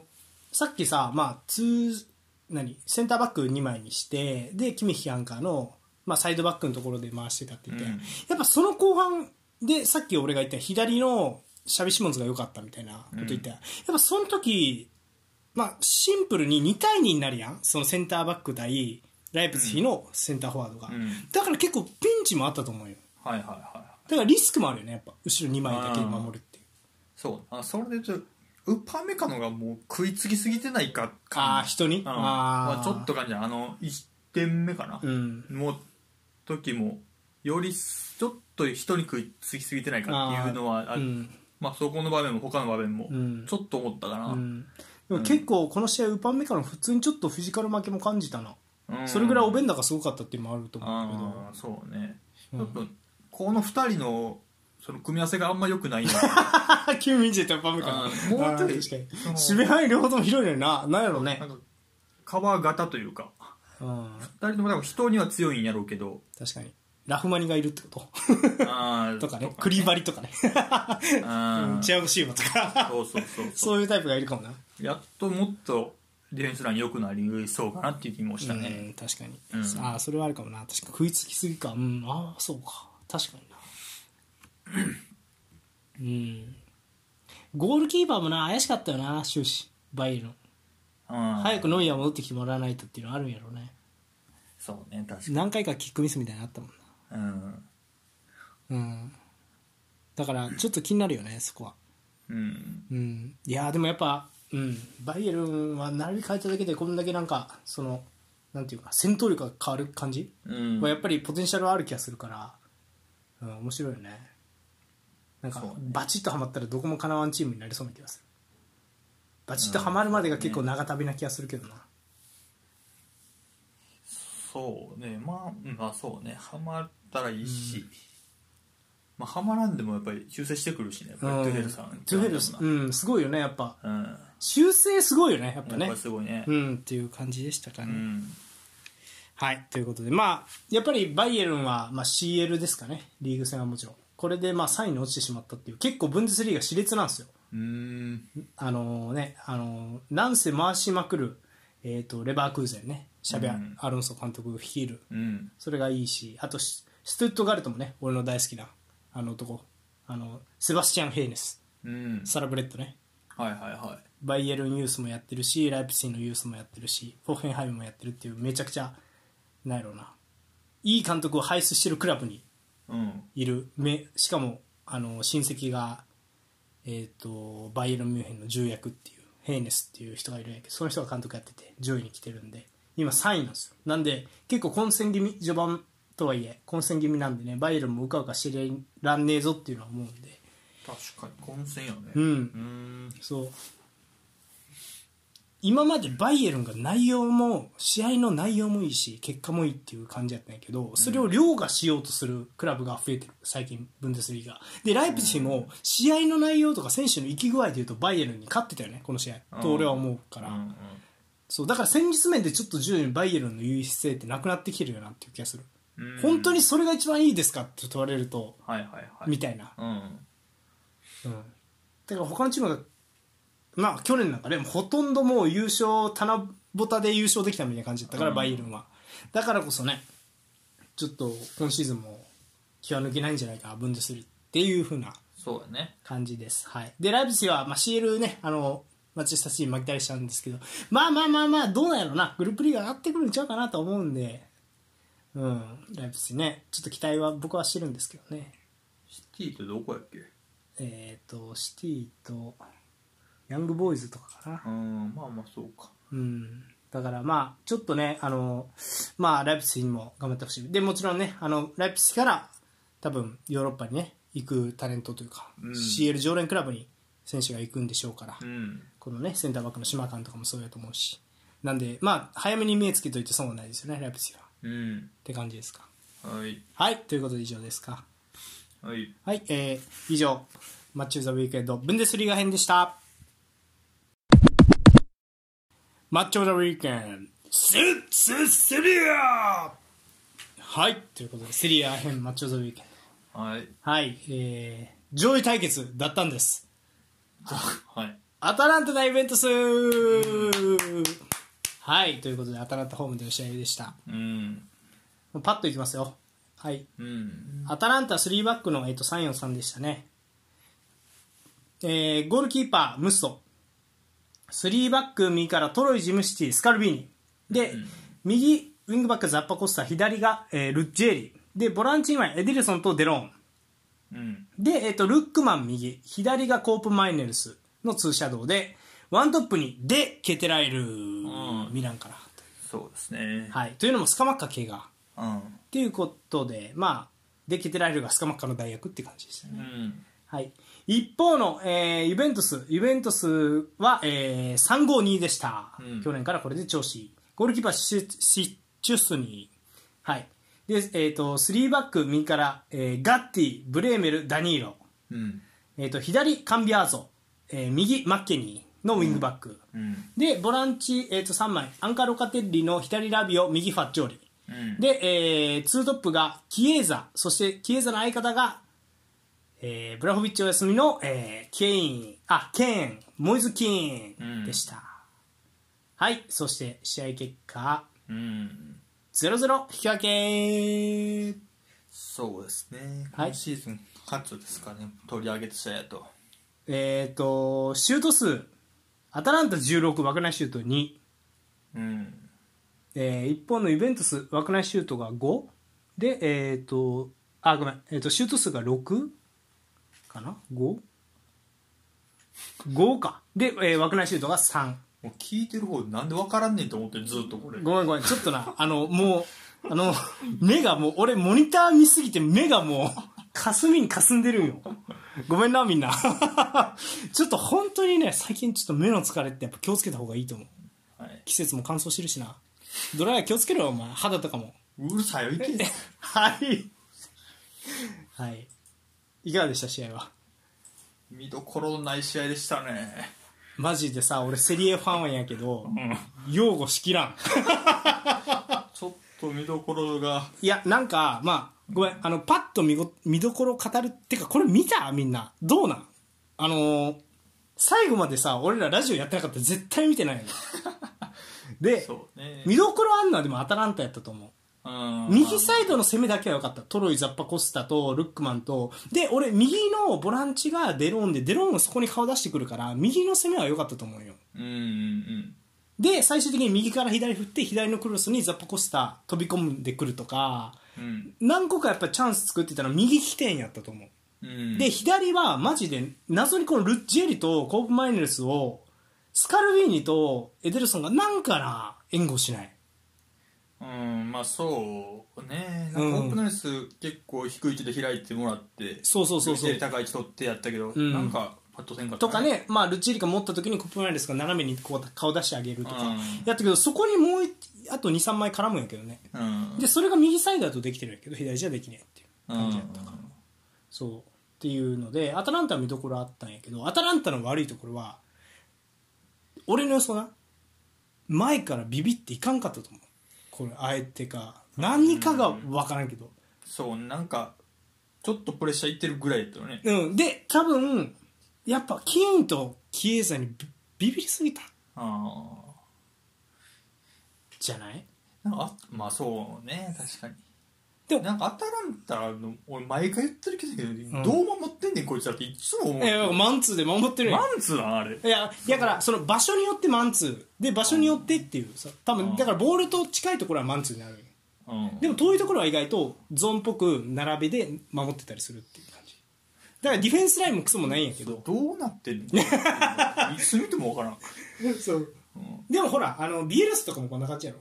さっきさまあツー何センターバック2枚にしてでキミヒアンカーの、まあ、サイドバックのところで回してたって言って、うんやっぱその後半でさっき俺が言った左のシャビシモンズが良かったみたいなこと言った、やっぱその時まあシンプルに2対2になるやんそのセンターバック対ライプツヒのセンターフォワードが、うんだから結構ピンチもあったと思うよはいはいはいはいだからリスクもあるよねやっぱ後ろ2枚だけで守るっていうそうあそれで言うとウパメカノがもう食いつきすぎてないかあ感あ人にうんあまああちょっと感じないあの1点目かな、うんもう時もよりちょっと人に食いつきすぎてないかっていうのはあうんまあ、そこの場面も他の場面もうんちょっと思ったかな、うんでも結構この試合ウパンメカの普通にちょっとフィジカル負けも感じたなうんそれぐらいおべんだがすごかったっていうのもあると思うんだけどああそうね、うんちょっとこの2人のその組み合わせがあんま良くないなキム・ミンジェとウパンメカノあーもうちょい あー確かにその守備範囲両方とも広いのにななんやろうねなんかカバー型というかうん2人とも多分人には強いんやろうけど確かにラフマニがいるってことあーとかねクリバリとかねあーチアゴ・シーバとか そうそうそうそうそういうタイプがいるかもなやっともっとディフェンスライン良くなりそうかなっていう気もしたね、うん確かに、うんああそれはあるかもな確か食いつきすぎかうんああそうか確かになうんゴールキーパーもな怪しかったよな終始バイエルンうん早くノイアー戻ってきてもらわないとっていうのはあるんやろうねそうね確かに、何回かキックミスみたいなのあったもんうんなうんだからちょっと気になるよねそこはうん、うんいやーでもやっぱ、うん、バイエルンは並び替えただけでこんだけなんかそのなんていうか戦闘力が変わる感じうんまあ、やっぱりポテンシャルはある気がするから、うん、面白いよねなんかそうねバチッとはまったらどこもかなわんチームになりそうな気がするバチッとはまるまでが結構長旅な気がするけどな、そうねまあうんまあそうねハマったらいいし、まあハマらんでもやっぱり修正してくるしねやっぱりトゥヘルさんトゥヘルさん、うん、すごいよねやっぱうん修正すごいよねやっぱやっねぱすごいねうんっていう感じでしたかうね、んはいということでまあやっぱりバイエルンは、まあ、CL ですかねリーグ戦はもちろんこれでまあ3位に落ちてしまったっていう結構ブンデスリーガ熾烈なんですようんあのね、あのなんせ回しまくる、えー、とレバークーゼンね、シャビア、うんアロンソ監督率いる、うんそれがいいし、あとシストゥットガルトもね、俺の大好きなあの男、あのセバスチャン・ヘイネス、うんサラブレッドね、はいはいはバイエルンユースもやってるし、ライプシーのユースもやってるし、フォッヘンハイムもやってるっていう、めちゃくちゃ、なんやろうな、いい監督を輩出してるクラブにいうんいる、めしかもあの親戚が、えー、とバイエルン・ミュンヘンの重役っていうヘイネスっていう人がいるんやけどその人が監督やってて上位に来てるんで今3位なんですよなんで結構混戦気味序盤とはいえ混戦気味なんでねバイエルンもうかうかしてらんねえぞっていうのは思うんで確かに混戦よねうんうんそう今までバイエルンが内容も試合の内容もいいし結果もいいっていう感じやったんやけどそれを凌駕しようとするクラブが増えてる最近ブンデスリーガでライプチヒも試合の内容とか選手の生き具合でいうとバイエルンに勝ってたよねこの試合と俺は思うから、うんうんそうだから戦術面でちょっと順位バイエルンの優位性ってなくなってきてるよなっていう気がする、うん本当にそれが一番いいですかって問われるとはいはいはいみたいなうんうんだから他のチームが、まあ、去年なんかねもうほとんどもう優勝棚ぼたで優勝できたみたいな感じだったから、うんバイエルンはだからこそねちょっと今シーズンも気は抜けないんじゃないかなブンデスリーっていう風なそうだね感じです、はい、でライブシーは、まあ、CL ねあのマッチスタチーム負けたりしたんですけどまあまあまあまあどうなんやろうなグループリーグ上がってくるんちゃうかなと思うんでうんライブシーねちょっと期待は僕はしてるんですけどねシティってどこやっけえー、とシティとヤングボーイズとかかな、うんまあまあそうかうん、だからまあちょっとねあの、まあ、ライプスヒにも頑張ってほしいでもちろんねあのライプスヒから多分ヨーロッパにね行くタレントというか、うん CL 常連クラブに選手が行くんでしょうから、うんこのねセンターバックの島間とかもそうやと思うしなんでまあ早めに目つけといて損はないですよねライプスヒはっうんて感じですかはいはいということで以上ですかはいはい、えー以上マッチ・オブ・ザ・ウィークエンドブンデスリーガ編でしたマッチ・オブ・ザ・ウィークエンドスッスッセリアはいということでセリア編マッチ・オブ・ザ・ウィークエンはい。はい、えー、上位対決だったんです。はい。アタランタ対イベントスはい、ということで、アタランタホームでの試合でした。うん。もうパッといきますよ。はい。うん。アタランタ3バックの、えっと、343でしたね。えー、ゴールキーパー、ムッソ。3バック右からトロイ・ジムシティ、スカルビーニ。で、右、ウィングバック、ザッパ・コスタ。左が、えールッジェリ。で、ボランチにはエディルソンとデローン。うん。で、えっと、ルックマン右、左がコープマイネルスのツーシャドウで、ワントップに、で、ケテラエル、んミランから。そうですね。はい。というのも、スカマッカ系が。うん。っていうことで、まあ、で、ケテラエルがスカマッカの代役って感じでしたね。うん。はい。一方の、えーユベントス、ユベントスは、えー、352でした、うん去年からこれで調子いい。ゴールキーパーシュ、シチュスニー。はい。で、えっ、と、3バック右から、えーガッティ、ブレーメル、ダニーロ。うん。えー、と左、カンビアーゾ、えー右、マッケニーのウィングバック、うん。でボランチ、えー、と3枚アンカー・ロカテッリの左ラビオ右ファッジョーリうん。で、えー、ツートップがキエーザそしてキエーザの相方が、えーブラホビッチお休みの、えーケインあケーンモイズ・キーンでした、はいそして試合結果うん。 0-0引き分けそうですね。はい今シーズン初ですかね。取り上げてしたやと。えっ、とシュート数アタランタ16枠内シュート2うん。えー一方のイベントス枠内シュートが5でえっ、とあごめん、えー、とシュート数が6かな 5?5 かで、えー枠内シュートが3もう聞いてる方なんでわからんねんと思ってるずっとこれ。ごめんごめんちょっとなあのもうあの目がもう俺モニター見すぎて目がもう霞に霞んでるんよごめんなみんな ちょっと本当にね最近ちょっと目の疲れってやっぱ気をつけた方がいいと思うはい。季節も乾燥してるしなドライヤー気をつけろよお前肌とかもうるさいよ、いけ。 はい。はい。いかがでした試合は。見どころのない試合でしたね。マジでさ、俺セリエファンやけど、うん。擁護しきらん。ちょっと見どころが。いや、なんか、まあ、ごめん、あの、パッと見ご見どころを語るってか、これ見たみんな。どうなんあのー最後までさ、俺らラジオやってなかったら絶対見てないの。 で、そうね。見どころあんのはでもアタランタやったと思う。うん右サイドの攻めだけは良かったトロイ、ザッパ、コスタとルックマンとで俺、右のボランチがデローンでデローンがそこに顔出してくるから右の攻めは良かったと思うようんうんで最終的に右から左振って左のクロスにザッパ、コスタ飛び込んでくるとかうん何個かやっぱチャンス作ってたのは右起点やったと思ううんで左はマジで謎にこのルッジェリとコープマイネルスをスカルビーニとエデルソンがなんかな援護しないうんまあそうねうなんんかオープンナイス結構低い位置で開いてもらってそうそうそうそう一定高い位置取ってやったけど、んなんかパッとせんかったとかね、まあ、ルッチーリが持った時にコップマイレスが斜めにこう顔出してあげるとか、うんやったけどそこにもういあと23枚絡むんやけどねうんでそれが右サイドだとできてるんやけど左じゃできねえっていううん感じやったから、そうっていうのでアタランタは見どころあったんやけどアタランタの悪いところは俺の予想な前からビビっていかんかったと思うこれあえてか何かが分からんけど、そうなんかちょっとプレッシャーいってるぐらいだったよねうん、で多分やっぱキーンとキエザにビビビりすぎたんあじゃないあなんかあまあそうね確かにでもでもなんかアタランタの俺毎回言ってるけど、んどう守ってんねんこいつらっていつも思う、いやマンツーで守ってるやんマンツーなんあれいやだからその場所によってマンツーで場所によってっていうさ多う分んだからボールと近いところはマンツーになるようんでも遠いところは意外とゾーンっぽく並びで守ってたりするっていう感じだからディフェンスラインもクソもないんやけどどうなってんの いつ見ても分からん、そううんでもほらあのビエルスとかもこんな感じやろ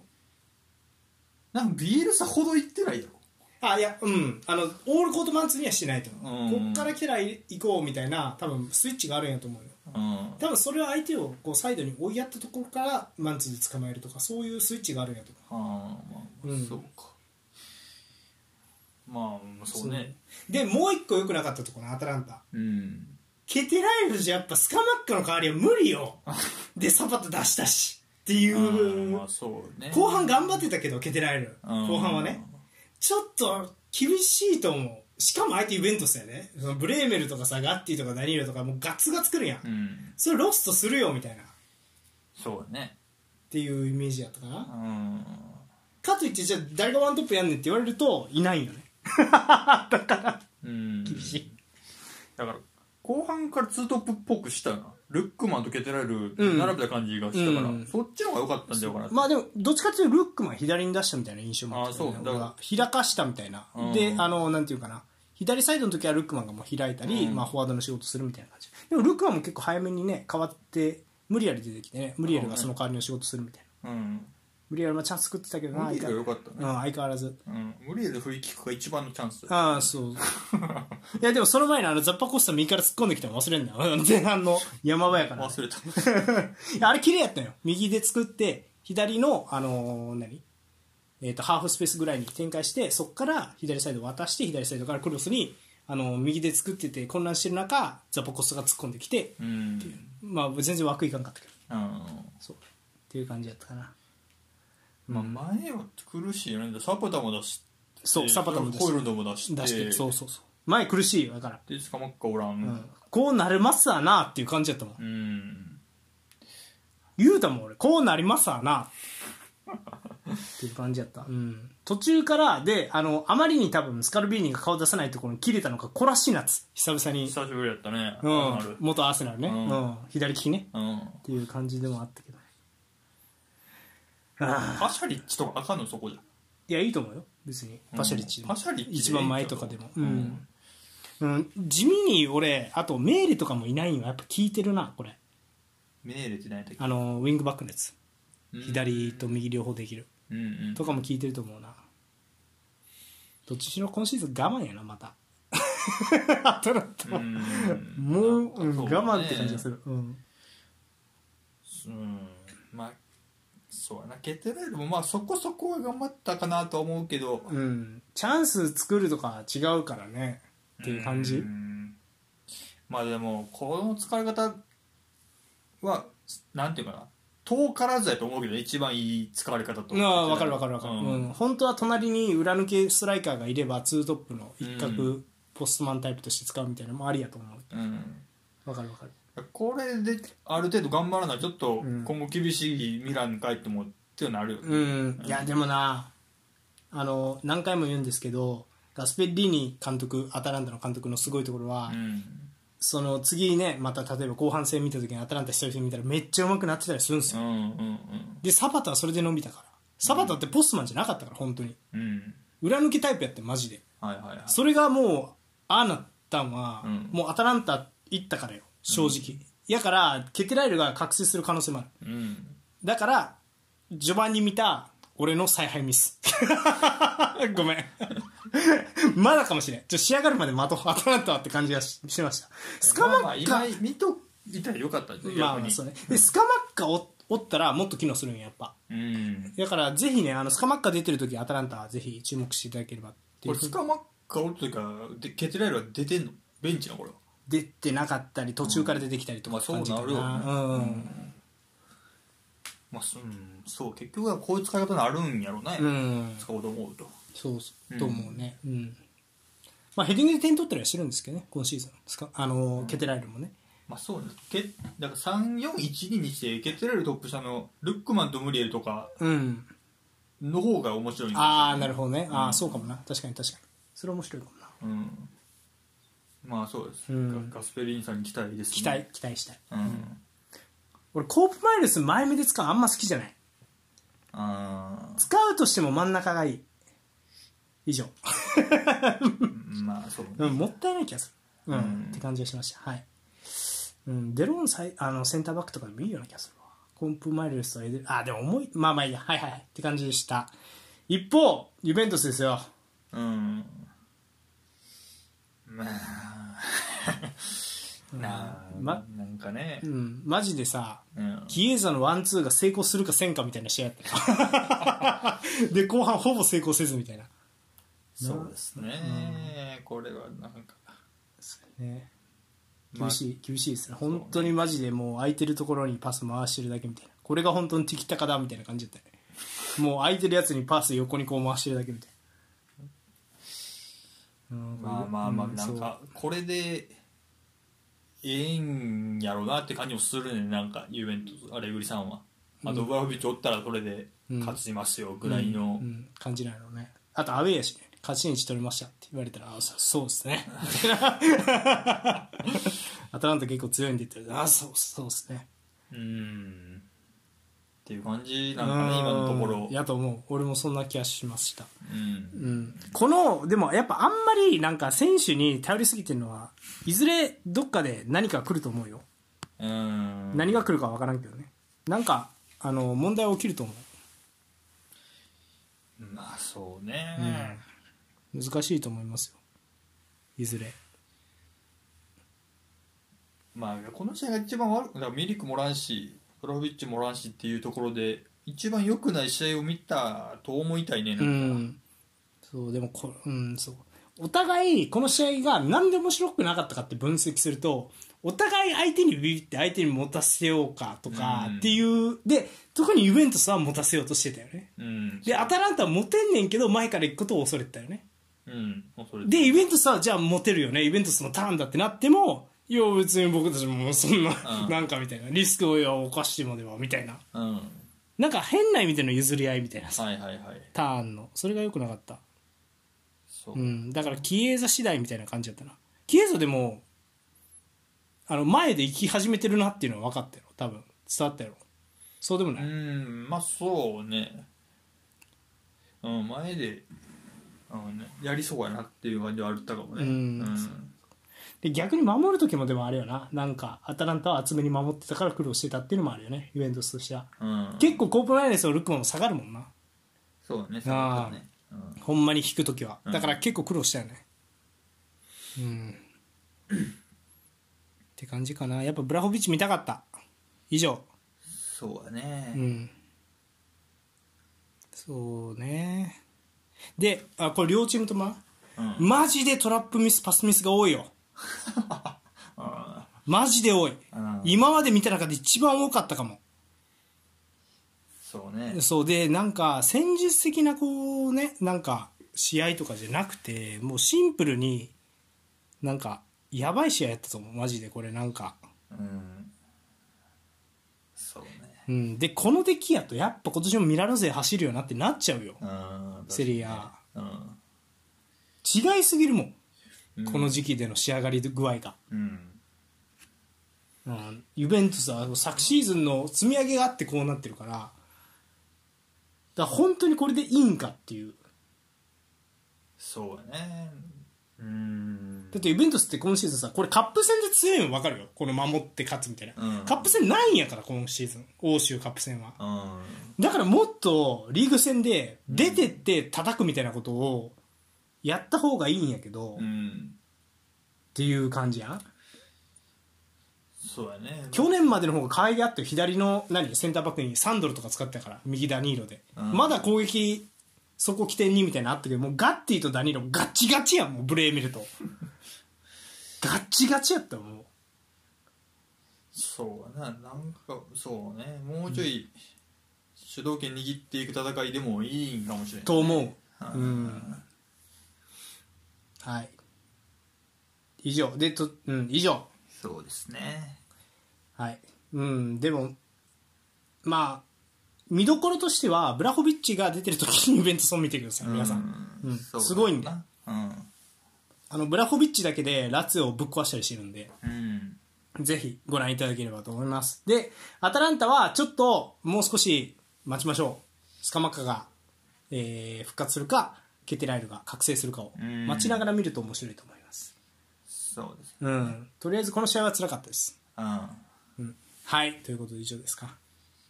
なんかビールさほど行ってないやろあいやうんあのオールコートマンツーにはしてないと思う、うんこっから来たら行こうみたいな多分スイッチがあるんやと思うようん多分それは相手をこうサイドに追いやったところからマンツーで捕まえるとかそういうスイッチがあるんやと思うあーまあ、うんそうかまあそうねでもう一個良くなかったところアタランタうんケテラエルじゃやっぱスカマッカの代わりは無理 よでサパタ出したしっていあーうまあそうね後半頑張ってたけどケテラエルうん後半はねちょっと厳しいと思うしかも相手ユベントスやねそのブレーメルとかさガッティとかダニーロとかもうガツガツくるやん、うんそれロストするよみたいなっそうだねていうイメージやったかうな、んかといってじゃあ誰がワントップやんねんって言われるといないよねうん厳しいだから後半からツートップっぽくしたよなルックマンとケテラルうん並べた感じがしたから、うんそっちの方が良かったんじゃないかなまあでもどっちかっていうとルックマン左に出したみたいな印象もあったけどねあそうだから俺は開かしたみたいな、うんであのなんていうかな左サイドの時はルックマンがもう開いたり、うんまあ、フォワードの仕事するみたいな感じでもルックマンも結構早めにね変わってムリアル出てきてねムリアルがその代わりの仕事するみたいなうんムリアルもチャンス作ってたけどなムリエルが良相かったね、変わらずうん、ムリエルフリーキックが一番のチャンスああ そういやでもその前のあのザッパコスタ右から突っ込んできたの忘れんなよ あの前半の山場やから、 忘れたいや あれ綺麗やったのよ右で作って左の、あのー何えー、とハーフスペースぐらいに展開してそこから左サイド渡して左サイドからクロスに、あのー右で作ってて混乱してる中ザポコスが突っ込んできて、うんまあ、全然枠いかんかったけどあのそうっていう感じやったかなまあ前は苦しいよねサパタも出してそうサパタも出してコイルドも出して出してそうそうそう前苦しいよだから、でしかもっかおらんうんこうなれますわなっていう感じやったもんうん、言うたもん俺こうなりますわなっていう感じやった、うん、途中からであのあまりに多分スカルビーニが顔出さないところに切れたのかコラシナツ久々に、久しぶりやったねうあるん、元アーセナルね、ううんん左利きねうんっていう感じでもあったけどああパシャリッチとかあかんのそこじゃいやいいと思うよ別にパシャリッチでうんも、パシャリッチでいい一番前とかでもうんうんうん、地味に俺あとメーレとかもいないのはやっぱ効いてるなこれメーレって何やったっけあのウィングバックのやつうん左と右両方できるうんうんとかも聞いてると思うなどっちにしろ今シーズン我慢やなまたアトランタうん もう、うんそう我だね慢って感じがする、うん、うんまあそうやなケテラエルもまあそこそこは頑張ったかなとは思うけどうん、チャンス作るとかは違うからねっていう感じんまあでもこの使い方はなんていうかな遠からずやと思うけどね一番いい使われ方とああ分かる分かる分かる、ううんん本当は隣に裏抜けストライカーがいればツートップの一角、うポストマンタイプとして使うみたいなのもありやと思ううん分かる分かるこれである程度頑張らないちょっとうん今後厳しいミランに帰ってもっていうのあるよねうん、いやでもなあの何回も言うんですけどガスペッリーニ監督アタランタの監督のすごいところは、うんその次ねまた例えば後半戦見た時にアタランタ一人で見たらめっちゃ上手くなってたりするんですうよ、んうんでサパタはそれで伸びたからサパタってポストマンじゃなかったから本当にうんうん裏抜けタイプやってマジではいはいはいそれがもうああなったんは、うんもうアタランタ行ったからよ正直、やからケテライルが覚醒する可能性もあるうんだから序盤に見た俺の采配ミス ごめん まだかもしれんちょ仕上がるまで待とうアタランタはって感じがししましたスカマまあまあッカ今見といたらよかったですよまあ逆まあにそうねでスカマッカおおったらもっと機能するんややっぱうんだからぜひねあのスカマッカ出てる時アタランタはぜひ注目していただければっていこうれスカマッカおるというかでケテラエルは出てんのベンチなこれは出てなかったり途中から出てきたりとかまあそう感じかなるよねうんまあそうんそう結局はこういう使い方になるんやろうね、うん、うん使おうと思うとそうそううんと思うね、うんまあ、ヘディングで点取ったりはしてるんですけどね今シーズンスカあの、ケテライルもねまあそうねけだから3412にしてケテラエルトップ下のルックマンとムリエルとかうんの方が面白いんですよああなるほどねああそうかもな確かに確かにそれ面白いかもなうんまあそうです、うんガガスペリーニさんに期待ですね期待期待したいうん俺コープマイルス前目で使うのあんま好きじゃないあ使うとしても真ん中がいい以上、ーまあそうねうん、もったいない気がする、うんうんって感じがしましたはい、うん、デロンサイあのセンターバックとかでもいいような気がするわコンプマイルスとエデルあでも重いまあまあいいやはいはいはいって感じでした一方ユベントスですようんまあなあ、まなんかねう、んマジでさうん、ギエーザのワンツーが成功するかせんかみたいな試合やったよ で後半ほぼ成功せずみたいなそうですね、これはなんか、ねまあ厳しい、厳しいですね本当にマジでもう空いてるところにパス回してるだけみたいなこれが本当にティキタカだみたいな感じだったねもう空いてるやつにパス横にこう回してるだけみたいうんまあまあまあうなんかこれでええんやろうなって感じもするねなんかユベントスアレグリさんはあとうんブラフビッチおったらそれで勝ちますよぐらいのうんうん感じないのねあとアウェーやしね勝ちに取れましたって言われたらあそそうです ねアトランタ結構強いんでって言ったらあそうそうですねうんっていう感じなんかね今のところうんやと思う俺もそんな気がしましたうんうんこのでもやっぱあんまりなんか選手に頼りすぎてるのはいずれどっかで何か来ると思うようん何が来るか分からんけどねなんかあの問題は起きると思まあそうねう、うん、難しいと思いますよいずれまあこの試合が一番悪くだからミリクもおらんしブラフビッチもおらんしっていうところで一番良くない試合を見たと思いたいねなんうかん、そうでもこ、うん、そうお互いこの試合が何で面白くなかったかって分析するとお互い相手にビビって相手に持たせようかとかうんっていう、で特にユベントスは持たせようとしてたよねうんでアタランタは持てんねんけど前から行くことを恐れてたよねうんそれでイベントスはじゃあ持てるよねイベントスのターンだってなってもいや別に僕たちもそんな、うんなんかみたいなリスクを犯してもではみたいなうんはなんか変な意味での譲り合いみたいなさ、いはいはいターンのそれが良くなかったそうう、ん、だからキエーザ次第みたいな感じだったなキエーザでもあの前で行き始めてるなっていうのは分かったよ多分伝わったよそうでもうない、んまあそうねうん前で、うんね、やりそうやなっていう感じはあったかもねうんで逆に守る時もでもあれよななんかアタランタは厚めに守ってたから苦労してたっていうのもあるよねイベントスとしてはうん結構コープライアンスのルックマンも下がるもんなそうねそうだねうんほんまに引く時はうんだから結構苦労したよねうん、って感じかなやっぱブラホビッチ見たかった以上そうだうねんそうねであこれ両チームともなうん、マジでトラップミスパスミスが多いよマジで多いうん今まで見た中で一番多かったかもそうねそうでなんか戦術的なこうねなんか試合とかじゃなくてもうシンプルになんかやばい試合やったと思うマジでこれなんか、うんそうねうん、でこの出来やとやっぱ今年もミラノ勢走るよなってなっちゃうようんセリアうん違いすぎるもんうんこの時期での仕上がり具合が、うんうん、ユベントスは昨シーズンの積み上げがあってこうなってるからだから本当にこれでいいんかっていうそうだねうんだってイベントスって今シーズンさこれカップ戦で強いの分かるよこの守って勝つみたいな、うんカップ戦ないんやから今シーズン欧州カップ戦はうんだからもっとリーグ戦で出てって叩くみたいなことをやった方がいいんやけど、っうんていう感じやんそうやね去年までの方が可愛げあって左の何センターバックに3ドルとか使ってたから右ダニーロで、うんまだ攻撃そこ起点にみたいなのあったけどもうガッティとダニーロガッチガチやんもうブレー見る とガッチガチやったもうそうやななんかそうねもうちょい主導権握っていく戦いでもいいんかもしれないと思うううんはい以上でとうん以上そうですねはいうんでもまあ見どころとしてはブラホビッチが出てる時にイベントソン見てください皆さん、ううんそうすごいんだようんあのブラホビッチだけでラツィオをぶっ壊したりしてるんでうんぜひご覧いただければと思いますでアタランタはちょっともう少し待ちましょうスカマッカが、えー復活するかケテライルが覚醒するかをうん待ちながら見ると面白いと思いますそうですうん、とりあえずこの試合は辛かったです。うんうん、はい、ということで以上ですか。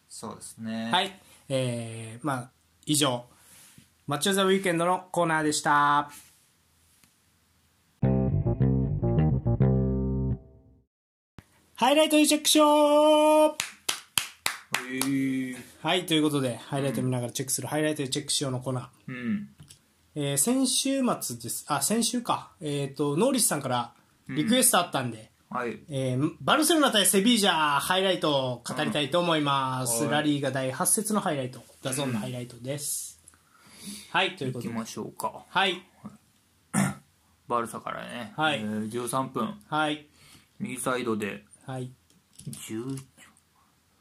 そうですねはい、えー、まあ、以上、マッチョ・ザ・ウィーケンドのコーナーでした。ハイライトリチェックショーえーはい、ということで、ハイライト見ながらチェックする、ハイライトリチェックショーのコーナー。うんえー先週末です。あ、先週か。えっ、と、ノーリスさんからリクエストあったんで、はいえーバルセロナ対セビージャハイライトを語りたいと思います、うんラリーが第8節のハイライトダゾーンのハイライトです、はいという行こきとでましょうかはいバルサからね、はいえー13分はい右サイドではい10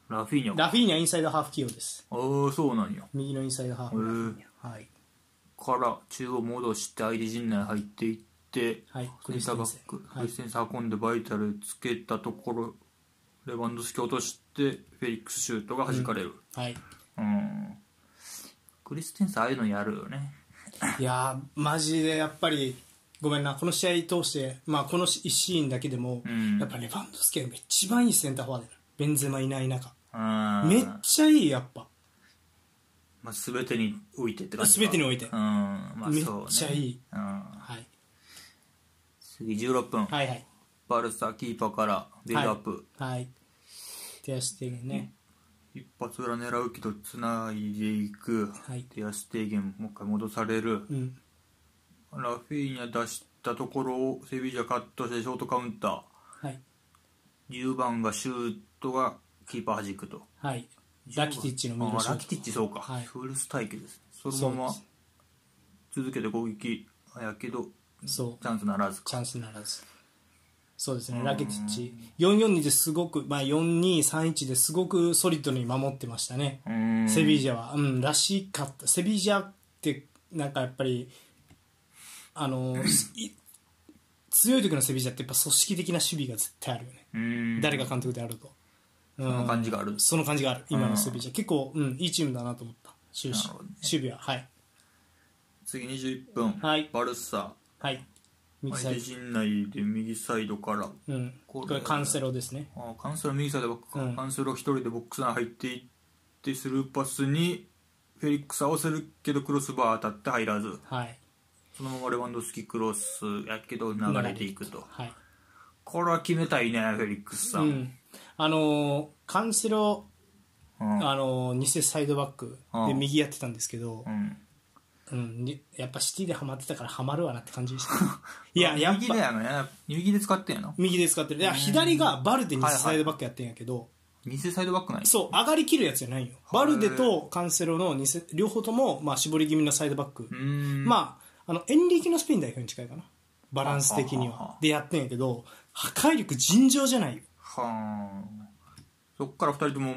ラフィーニャラフィーニャインサイドハーフ起用ですああそうなんや右のインサイドハーへフ、ーはいから中央戻して相手陣内入っていって、はいセンターバックククリリスステンセン運んでバイタルつけたところレバンドフスキ落としてフェリックスシュートが弾かれる、はいうんクリステンセンああいうのやるよねいやーマジでやっぱりごめんなこの試合通して、まあ、この1シーンだけでも、うんやっぱレバンドフスキが一番いいセンターフォワードやなベンゼマいない中うんめっちゃいいやっぱまあ、全てにおいてって感じか全てにおいてうんまあめっそうねちゃいいうん、はい次16分、はいはいバルサキーパーからビルドアップ、はい手足提言ね一発裏狙うけどつないでいく、はい手足提言もう一回戻される、うんラフィーニャ出したところをセビージャカットしてショートカウンタはいー10番がシュートがキーパー弾くとはいラキティッチのミドルあシュートラキティッチそうか、はいフルス対決ですそのままそう続けて攻撃あやけどそうチャンスならずチかャンスならずそうですねラケティッチ442ですごく、まあ、4231ですごくソリッドに守ってましたねうーんセビージャはうんらしかったセビージャってなんかやっぱりあのい強い時のセビージャってやっぱ組織的な守備が絶対あるよねうーん誰が監督であると、うん、その感じがあるその感じがある今のセビージャ結構、うん、いいチームだなと思った終始なるほどね守備ははい次21分、はいバルサはい右サ相イ手ド陣内で右サイドからうん、ここれれカンセロですねあカンセロ右サイドバックか、うんカンセロ一人でボックス内入っていってスルーパスにフェリックス合わせるけどクロスバー当たって入らずはいそのままレバンドフスキクロスやけど流れていくとはい、これは決めたいねフェリックスさ、うんん、あのーカンセロ、うんあのー偽サイドバックうでん右やってたんですけどう、んうんにやっぱシティでハマってたからハマるわなって感じでしたいややっ右ぱだよね右で使ってんやな右で使ってるいや左がバルデ偽サイドバックやってんやけど、偽サイドバックないそう上がりきるやつじゃないよバルデとカンセロの偽両方とも、まあ、絞り気味のサイドバック、うーんまあ、あのエンリーキのスペイン代表に近いかなバランス的にはあはあははあでやってんやけど破壊力尋常じゃないよはあそっから二人とも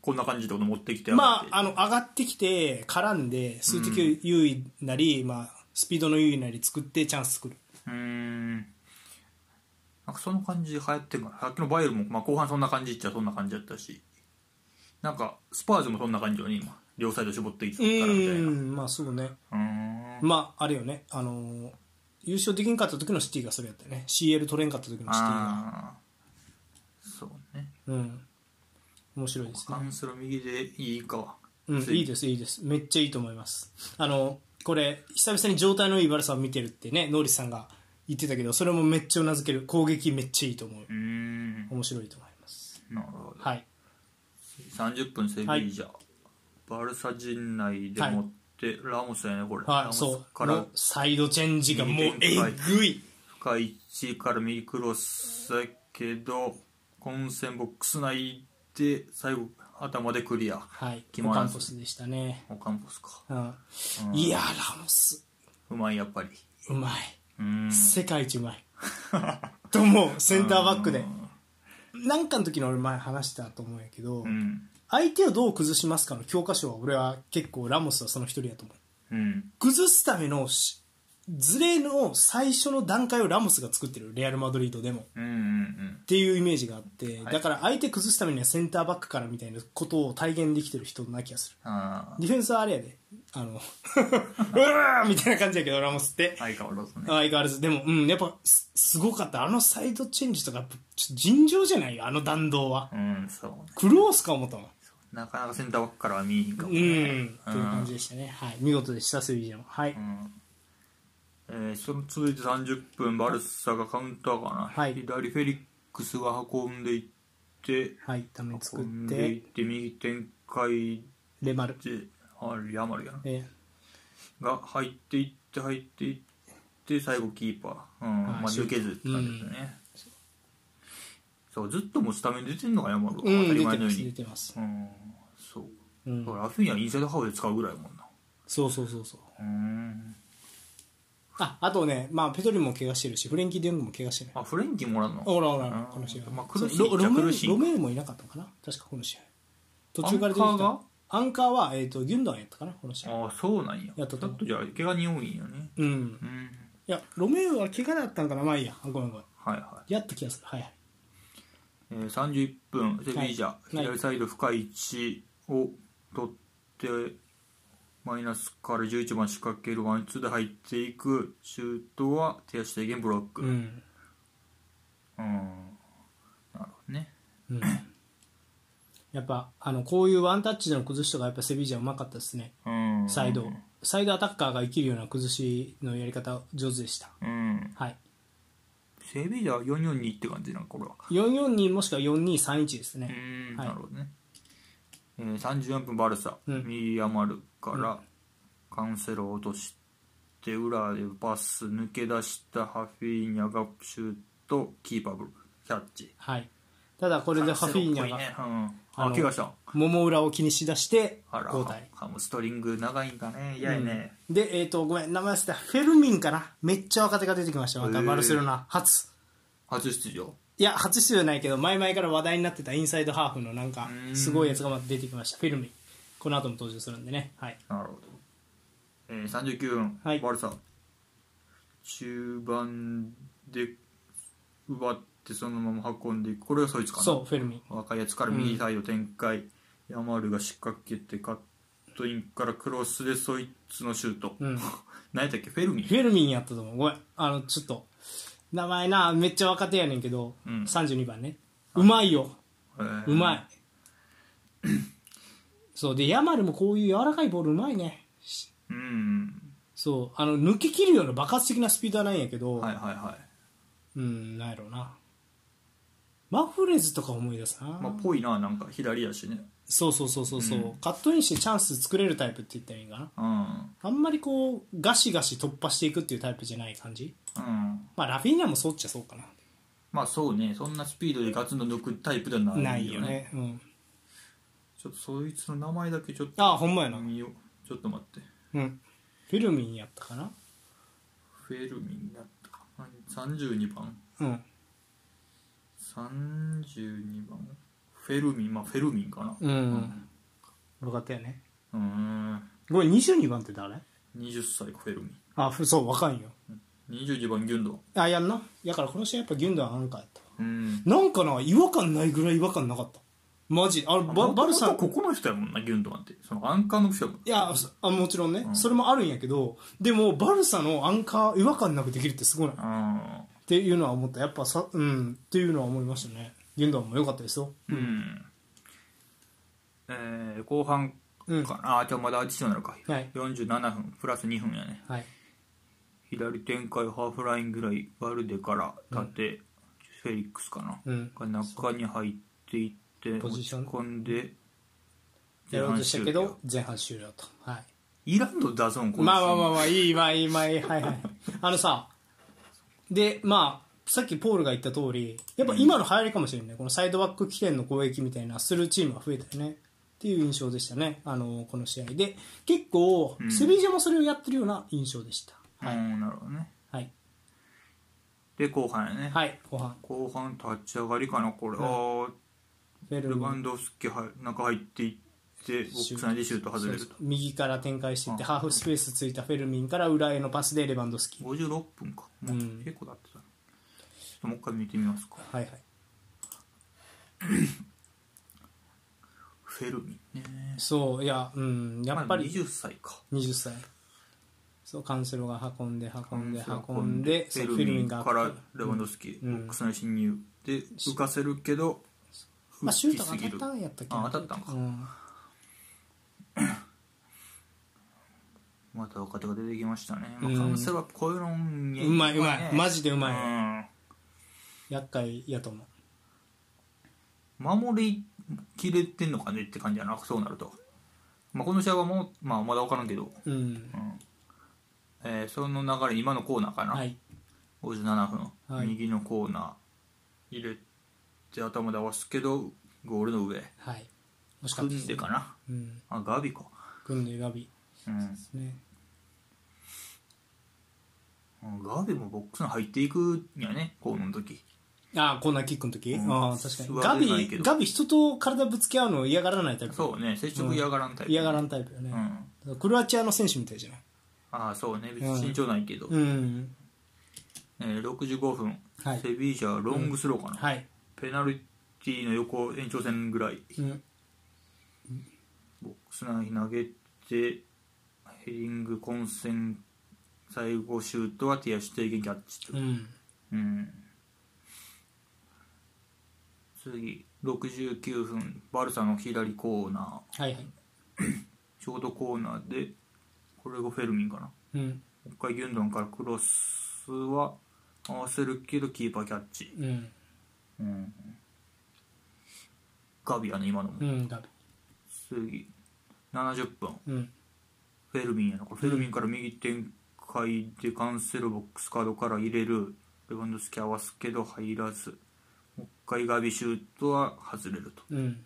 こんな感じで持ってきてまあ、ああの上がってきて絡んで数的優位なり、まあ、スピードの優位なり作ってチャンス作るうーんなんかその感じ流行ってるからさっきのバイエルンも、まあ、後半そんな感じっちゃそんな感じだったしなんかスパーズもそんな感じよね今両サイド絞っていくうからみたいなうーんんまあそうねまああれよねあのー優勝できんかった時のシティがそれやったよね CL 取れんかった時のシティがあーそうねうん面白いですねカンスロ右でいいかうん、ついいいですいいですめっちゃいいと思いますあのこれ久々に状態のいいバルサを見てるってねノーリスさんが言ってたけどそれもめっちゃうなずける攻撃めっちゃいいと思ううーんな面白いと思いまするほどはい30分セビージャ、バルサ陣内で持って、ラモスやねこれ、ラはモいスそうかもらうサイドチェンジがもうえぐい深い位置から右クロスだけど混戦ボックス内で最後頭でクリアはい決オまカらンずポスでしたね、オカンポスかうん、いやラモスうまいやっぱりうまうーんい世界一うまいと思うセンターバックでなんかの時の俺前話したと思うんやけど、うん相手をどう崩しますかの教科書は俺は結構ラモスはその一人やと思ううん崩すためのしズレの最初の段階をラモスが作ってるレアル・マドリードでもっうんうんていうイメージがあって、はいだから相手崩すためにはセンターバックからみたいなことを体現できてる人な気がするうんあディフェンスはあれやであの うわーみたいな感じやけどラモスってあ相変わらずね相変わらずでもうんやっぱすすごかったあのサイドチェンジとかやっぱちょ尋常じゃないよあの弾道はうんそうねクロースか思ったもんなかなかセンターバックからは見えへんかもうん、とねいう感じでしたね、はい、見事でしたセビージャもはい、えーその続いて30分バルサがカウンターかな、はい左フェリックスが運んでいってはいため作っ運んでいってて右展開レマルであヤマルやなえが入っていって入っていって最後キーパー、うんはいまあ、シュー抜トけずって感じですよね、そうずっともうスタメン出てんのか山ーうルはん当た出りて前のよまうす出にてます、うんそううんだからラフィーニャインサイドハーフで使うぐらいやもんなそうそうそうそううんああとね、まあ、ペトリも怪我してるしフレンキー・デヨングも怪我してるあ、フレンキーもらうのほらほらうんこの試合、まあ苦しいそうロじゃロあメ苦しいロメールもいなかったのかな確かこの試合途中から出てきアンカーたがアンカーは、えー、とギュンドアンやったかなこの試合ああ、そうなんや。やっとったちょっとじゃあ、怪我に多いんやね。うんうん。いやロメールは怪我だったんかなまあいいやあごめんごめんはいはやった気がするはいはいい。えー、31分、セビージャ、いはい左サイド深い位置を取って、マイナスから11番仕掛けるワンツーで入っていく、シュートは手足でゲンブロック。ううん。ん、なるほどね。うん、やっぱあのこういうワンタッチでの崩しとかやっぱセビージャうまかったですねうん。サイドサイドアタッカーが生きるような崩しのやり方上手でしたうん。はいセビージャは442って感じなん、これは。 442もしくは4231ですうねん、はいなるほどね、えー、34分バルサ、うん右余るかうらカウンセルを落として裏でパス抜け出したハフィーニャがシュートキーパーブルキャッチはいただこれでハフィーニャがカンセロっぽいねうん、ああの怪我したもも裏を気にしだしてあら交代ハムストリング長いんかね嫌やね、でえっ、とごめん名前忘れたフェルミンかなめっちゃ若手が出てきましたまたへーバルセロナ初初出場いや初出場じゃないけど前々から話題になってたインサイドハーフのなんかうんすごいやつがまた出てきましたフェルミンこの後も登場するんでねはいなるほど、えー、39分、はいバルサ中盤で奪ってそのまま運んでいくこれがそいつかなそうフェルミン若いやつから右サイド展開、ヤマールが仕掛けてカットインからクロスでそいつのシュート、うん 何やったっけフェルミンフェルミンやったと思うごめんあのちょっと名前なめっちゃ若手やねんけど、うん32番ねうまいよえーうまい そうでヤマルもこういう柔らかいボールうまいねうんそうあの抜け切るような爆発的なスピードはないんやけど、はいはいはいうんなんやろうなマフレーズとか思い出すな、まあぽいななんか左やしねそうそうそうそうそう、うんカットインしてチャンス作れるタイプって言ったらいいんかなうんうんあんまりこうガシガシ突破していくっていうタイプじゃない感じまあラフィーナもそうっちゃそうかなまあそうねそんなスピードでガツンと抜くタイプではないないよねうん、ちょっとそいつの名前だけちょっとああほんまやな見ようちょっと待ってうんフィルミンやったかなフェルミンだったかな32番うん32番フェルミンまあフェルミンかなうん、分かったよねうんうんごめん22番って誰20歳フェルミあふそう若いよン22番ギュンドあやんなやからこの試合やっぱギュンドアンアンカーやったわアンなんかな違和感ないぐらい違和感なかったマジあのババルサここの人やもんなギュンドアンってそのアンカーの人やもんいやそあもちろんね、それもあるんやけどでもバルサのアンカー違和感なくできるってすごいなっあていうのは思ったやっぱさうんっていうのは思いましたねギュンドアンも良かったですよーうんえー後半うんかなあじゃあまだアディショナルかはい47分プラス2分やねはい左展開ハーフラインぐらいバルデから縦フェリックスかなうんが中に入っていってポ落ジシちョン込んでやろうとしたけ前半ど終了前半終了とはいイランドだぞんこの人まあまあまあまあいいまあいいまあいいはい はいあのさでまあさっきポールが言った通りやっぱ今の流行りかもしれないこのサイドバック起点の攻撃みたいなするチームが増えたよねっていう印象でしたねあのこの試合で結構うんセビージャもそれをやってるような印象でした、はい、うんなるほどねはいで後半やねはい後半後半立ち上がりかなこれ、うんあーフェルルミバンンドフスキは中入っていってボックス内でシュート外れるそうとそう右から展開していってうんハーフスペースついたフェルミンから裏へのパスでレバンドフスキー56分かうもうん結構だってたなちょっともう一回見てみますかはいはいフェルミンねそういやうんやっぱりまあ20歳か20歳そうカンセロが運んで運んで運んででフそうェフルィルミミンンがからレバンドフスキ、うんボックス内侵入で浮かせるけどまあ、浮シュきートすがぎ当たるったんやったっけあ当たったんかうんまた若手が出てきましたね、まうあ、んカウンセルはこういうのんうまいうまいマジでううまい、ん厄介やと思う守りきれてんのかねって感じやなそうなると、まあ、この試合はもう、まあ、まだ分からんけど、うんうんえーその流れ今のコーナーかな、はい57分、はい右のコーナー入れて頭で合わすけどゴールの上はいもしか組ったでんすでかなうんあガビか、組んでガビうんですねうんガーベもボックスに入っていくんやね、この時。ああコーナーキックの時、うんああ確かに座ガれないけビどガビ人と体ぶつけ合うの嫌がらないタイプそうね、接触嫌がらんタイプ。嫌がらんタイプよねう、ん。クロアチアの選手みたいじゃないああ、そうね、別うんに身長ないけど。うんえー65分、はいセビージャロングスローかな、はい、ペナルティの横延長戦ぐらいうん、ボックス内に投げてヘディング混戦最後シュートは手足提言キャッチと、うんうん次69分バルサの左コーナはいはいーショートコーナーでこれがフェルミンかなうんもう一回ギュンドンからクロスは合わせるけどキーパーキャッチうんうんガビやね今のも、うんガビ次70分うんフェルミンやなこれフェルミンから右展開でカンセロボックスカードから入れるレバンドフスキ合わすけど入らずもう一回ガビシュートは外れるとうん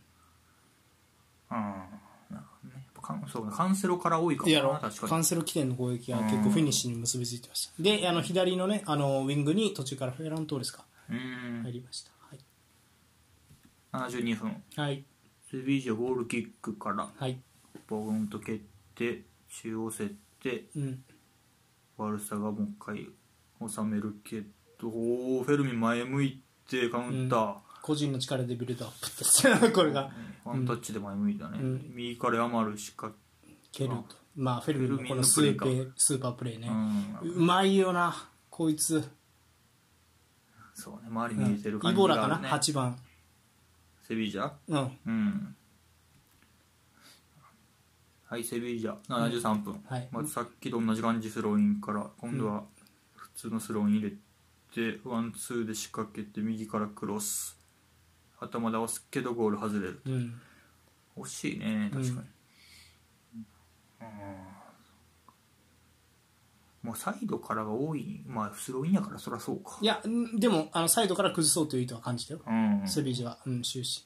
ああなるほどねやっぱカンそうねカンセロから多いかもやろな確カかにンセロ起点の攻撃が結構フィニッシュに結びついてましたであの左のねあのウィングに途中からフェラントーレスかう入んりましたはい72分はいセビージャゴールキックからはいボーンと蹴って中央競ってうん悪さがもう一回収めるけどおーフェルミン前向いてカウンター、個人の力でビルドアップって これがワンタッチで前向いたね、うん右から余るしか、蹴るとまあフェルミンのこのスフェルミンーのパープレスーパープレーうね、ん、うまいよなこいつ、そうね周りうん見えてる感イじがボある、ラねかな8番セビージャうんうんはいセビージャ73分、はいまずさっきと同じ感じスローインから今度は普通のスローイン入れてワンツーで仕掛けて右からクロス頭で合わすけどゴール外れるうん惜しいね確かに、うんもうサイドからが多いまあスローインやからそりゃそうかいやんでもあのサイドから崩そうという意図は感じたよ、うんセビージは、うん、終始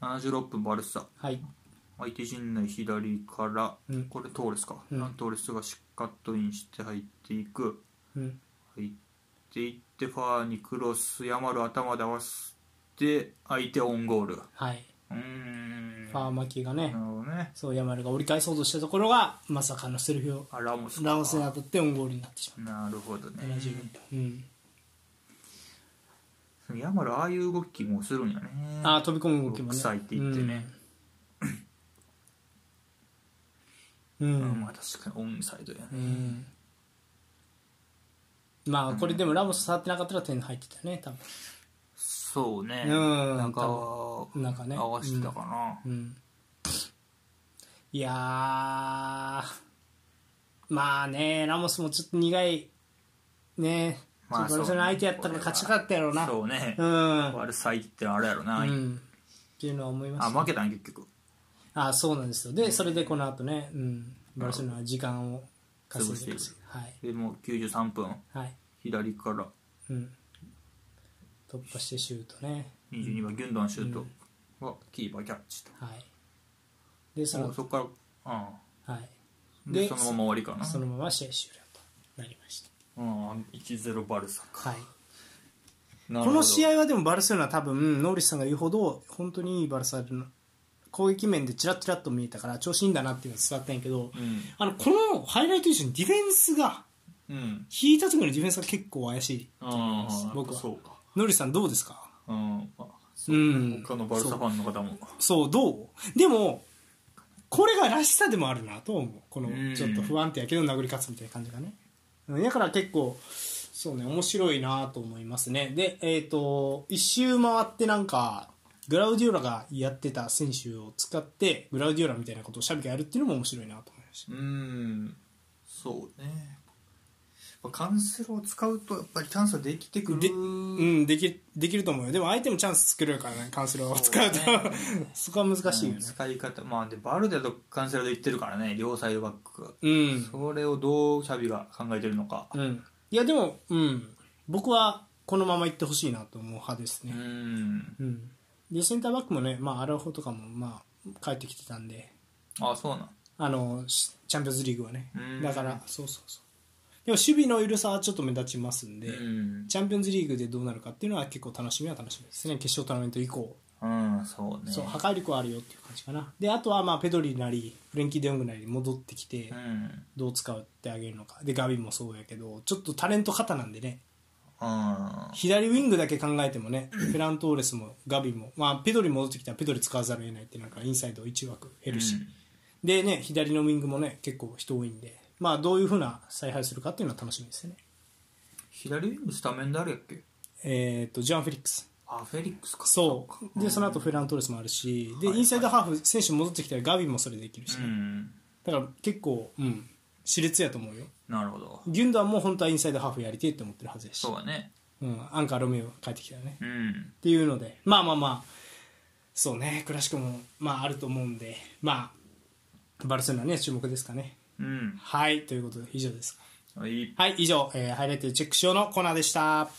76分バルサはい相手陣内左から、うんこれトーレスか、うんトーレスがしっかりインして入っていくうん入っていってファーにクロスヤマル頭で合わせて相手オンゴールうはいーんファーマキがね、なるほどねそうヤマルが折り返そうとしたところがまさかのセルフィオあラモスかラオスに当たってオウンゴールになってしまなるほどねう70分、うん、ヤマルああいう動きもするんやねああ飛び込む動きもね臭いって言ってね、うん、ううんんまあ確かにオンサイドやね、うんまあこれでもラモス触ってなかったら点入ってたよね多分そうね、うんなんかなんかね合わせてたかな、うんいやーまあねラモスもちょっと苦いねちょまあっとバルセロナ相手やったら勝ちたかったやろうなそうね、うん悪さいってあれやろな、うんっていうのは思いまあした負けたん結局あそうなんですよでそれでこの後ね、うん、バルセロナは時間を稼いで潰ましてすいはいでもう93分はい、左からうん、突破してシュートね22番ギュンドアンシュートはキーパーキャッチと、はいでそのそこから、はいうん、ででそのまま終わりかなそのまま試合終了となりましたうん、1-0バルサはいここの試合合はでもバルセロナ多分ノーリスさんが言うほど本当にいいバルサロナ攻撃面でチラッチラッと見えたから調子いいんだなっていうのが伝わったんやけどうん、あのこのハイライト以上にディフェンスがうん、引いた時のディフェンスが結構怪しいあー僕はそうかノーリスさんどうですかうん、まあ、うん他のバルサファンの方もそうどうでもこれがらしさでもあるなと思うこのちょっと不安定やけど殴り勝つみたいな感じがねうんだから結構そうね面白いなと思いますねでえっ、と一周回ってなんかグラウディオラがやってた選手を使ってグラウディオラみたいなことをシャビがやるっていうのも面白いなと思いましうんそうねまあカンセルを使うとやっぱりチャンスはできてくるでたうんできできると思うよでも相手もチャンス作れるからねカンセルを使うとそうそこは難しいようんね使い方まあでバルデとカンセラで言ってるからね両サイドバックがうんそれをどうシャビが考えてるのかうん、いやでも、うん、僕はこのまま行ってほしいなと思う派ですうね、んうんでセンターバックもね、まあ、アラホとかも、まあ、帰ってきてたんであそうなんあのしチャンピオンズリーグはねうんだからそうそうそうでも守備の緩さはちょっと目立ちますんで、うん、チャンピオンズリーグでどうなるかっていうのは結構楽しみは楽しみですね決勝トーナメント以降、うん、そうねそう破壊力はあるよっていう感じかなであとはまあペドリなりフレンキー・デヨングなり戻ってきてうんどう使ってあげるのかでガビもそうやけどちょっとタレント型なんでねあ左ウィングだけ考えてもねフェラントーレスもガビも、まあ、ペドリ戻ってきたらペドリ使わざるを得ないってなんかインサイド1枠減るし、でね左のウィングもね結構人多いんでまあどういうふうな采配するかっていうのは楽しみですね左ウィングスタメン誰やっけえっ、とジョアン・フェリックスあフェリックスかそうでその後フェラントーレスもあるしではいインサイドハーフ選手戻ってきたらガビもそれできるしうね、んだから結構うん熾烈やと思うよなるほどギュンダンも本当はインサイドハーフやりてえって思ってるはずやしそうだねうん、アンカーロメオが帰ってきたよねうんっていうのでまあまあまあそうねクラシックもまああると思うんでまあバルセロナね注目ですかねうんはいということで以上ですはいはい以上、えーハイライトでチェックしようのコーナーでした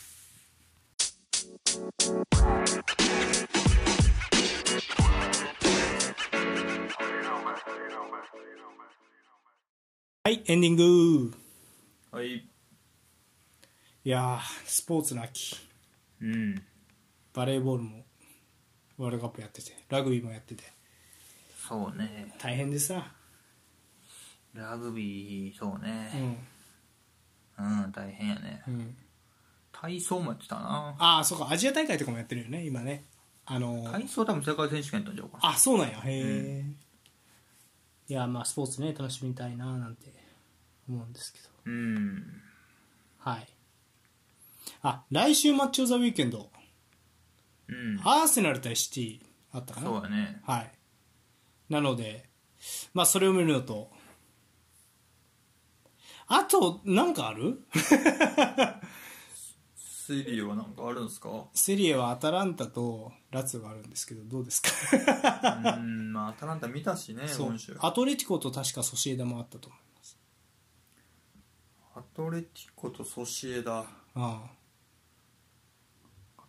はいエンディングはいいやースポーツの秋うんバレーボールもワールドカップやっててラグビーもやっててそうね大変でさ、ラグビーそううねんうん、大変やねうん、体操もやってたなああそうかアジア大会とかもやってるよね今ねあのー体操多分世界選手権やったんちゃうかなあそうなんやへえ、いやまあスポーツね楽しみたいななんて思うんですけどうんはいあ来週マッチ・オブ・ザ・ウィーケンドうんアーセナル対シティあったかなそうだねはいなのでまあそれを見るのとあとなんかある セリオはなんかあるんですかうセリエはアタランタとラツィオがあるんですけどどうですかーんまあアタランタ見たしねそう今週アトレティコと確かソシエダもあったと思いますアトレティコとソシエダアあ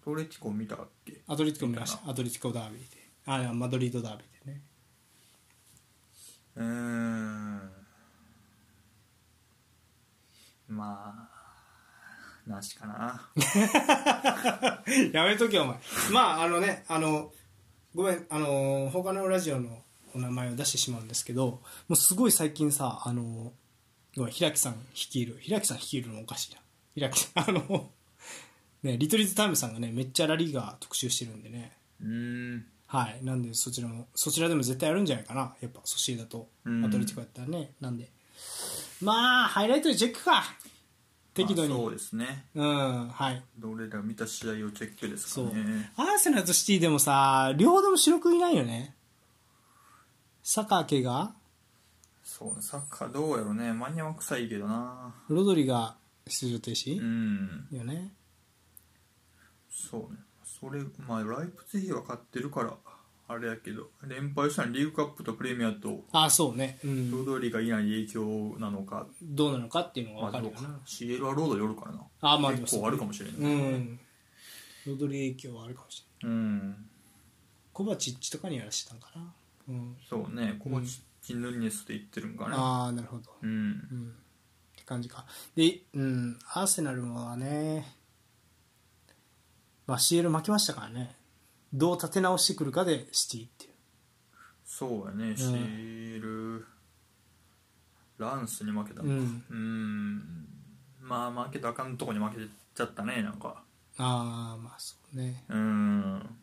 トレティコ見たっけあアトレティコ見まし見たアトレティコダービーであいやマドリードダービーでねうーんまあなしかな やめとけよお前まああのねあのごめんあの他のラジオのお名前を出してしまうんですけどもうすごい最近さあのごめん平木さん率いる平木さん率いるのおかしいな平木さんあのねリトリーズタイムさんがねめっちゃラリーが特集してるんでねうーんはいなんでそちらもそちらでも絶対やるんじゃないかなやっぱソシエダとうんアトレティコやったらね、なんでまあハイライトでチェックか適度にまあそううですねんはいどれら見た試合をチェックですそかう、ねアーセナルとシティでもさ両方とも主力いないよねサカーケがそうねサッカーどうやろうね間に合わ臭いけどなロドリが出場停う止、んよねそうねそれまあライプツィヒは勝ってるからあれやけど連敗したのリーグカップとプレミアとあそうね、うんロドリがいない影響なのか、どうなのかっていうのがま分かあ、るどうよかな、な CL はロードよるからなあまあでも結構あるかもしれない、うんロドリ影響はあるかもしれないうんコバチッチとかにやらせたんかな、うん、そうねコバチッチ・ヌニネスって言ってるんかなああなるほどうん、うんって感じかでうんアーセナルはねまあ CL 負けましたからねどう立て直してくるかでシティっていうそうやね、CL ランスに負けたのかうんうんまあ負けたらあかんとこに負けちゃったねなんかああまあそうねうん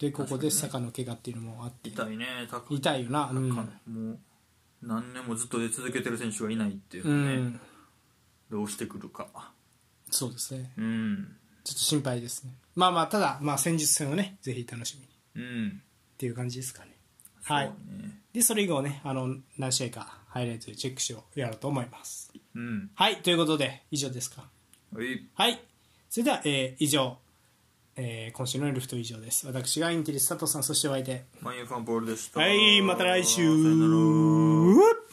でここで確坂の怪我っていうのもあって痛いね高い痛いよなうん、もう何年もずっと出続けてる選手がいないっていううのね、ん、どうしてくるかそうですねうんちょっと心配ですねまあまあただ、まあ、戦術戦をねぜひ楽しみにっうんていう感じですかねそうはねいでそれ以後ねあの何試合かハイライトでチェックしようやろうと思いますうんはいということで以上ですかはいはい。それでは、えー以上、えー今週のルフト以上です。私がインテリス佐藤さん、そしてお相手。マインファンボールでしたはい、また来週。さよならうっ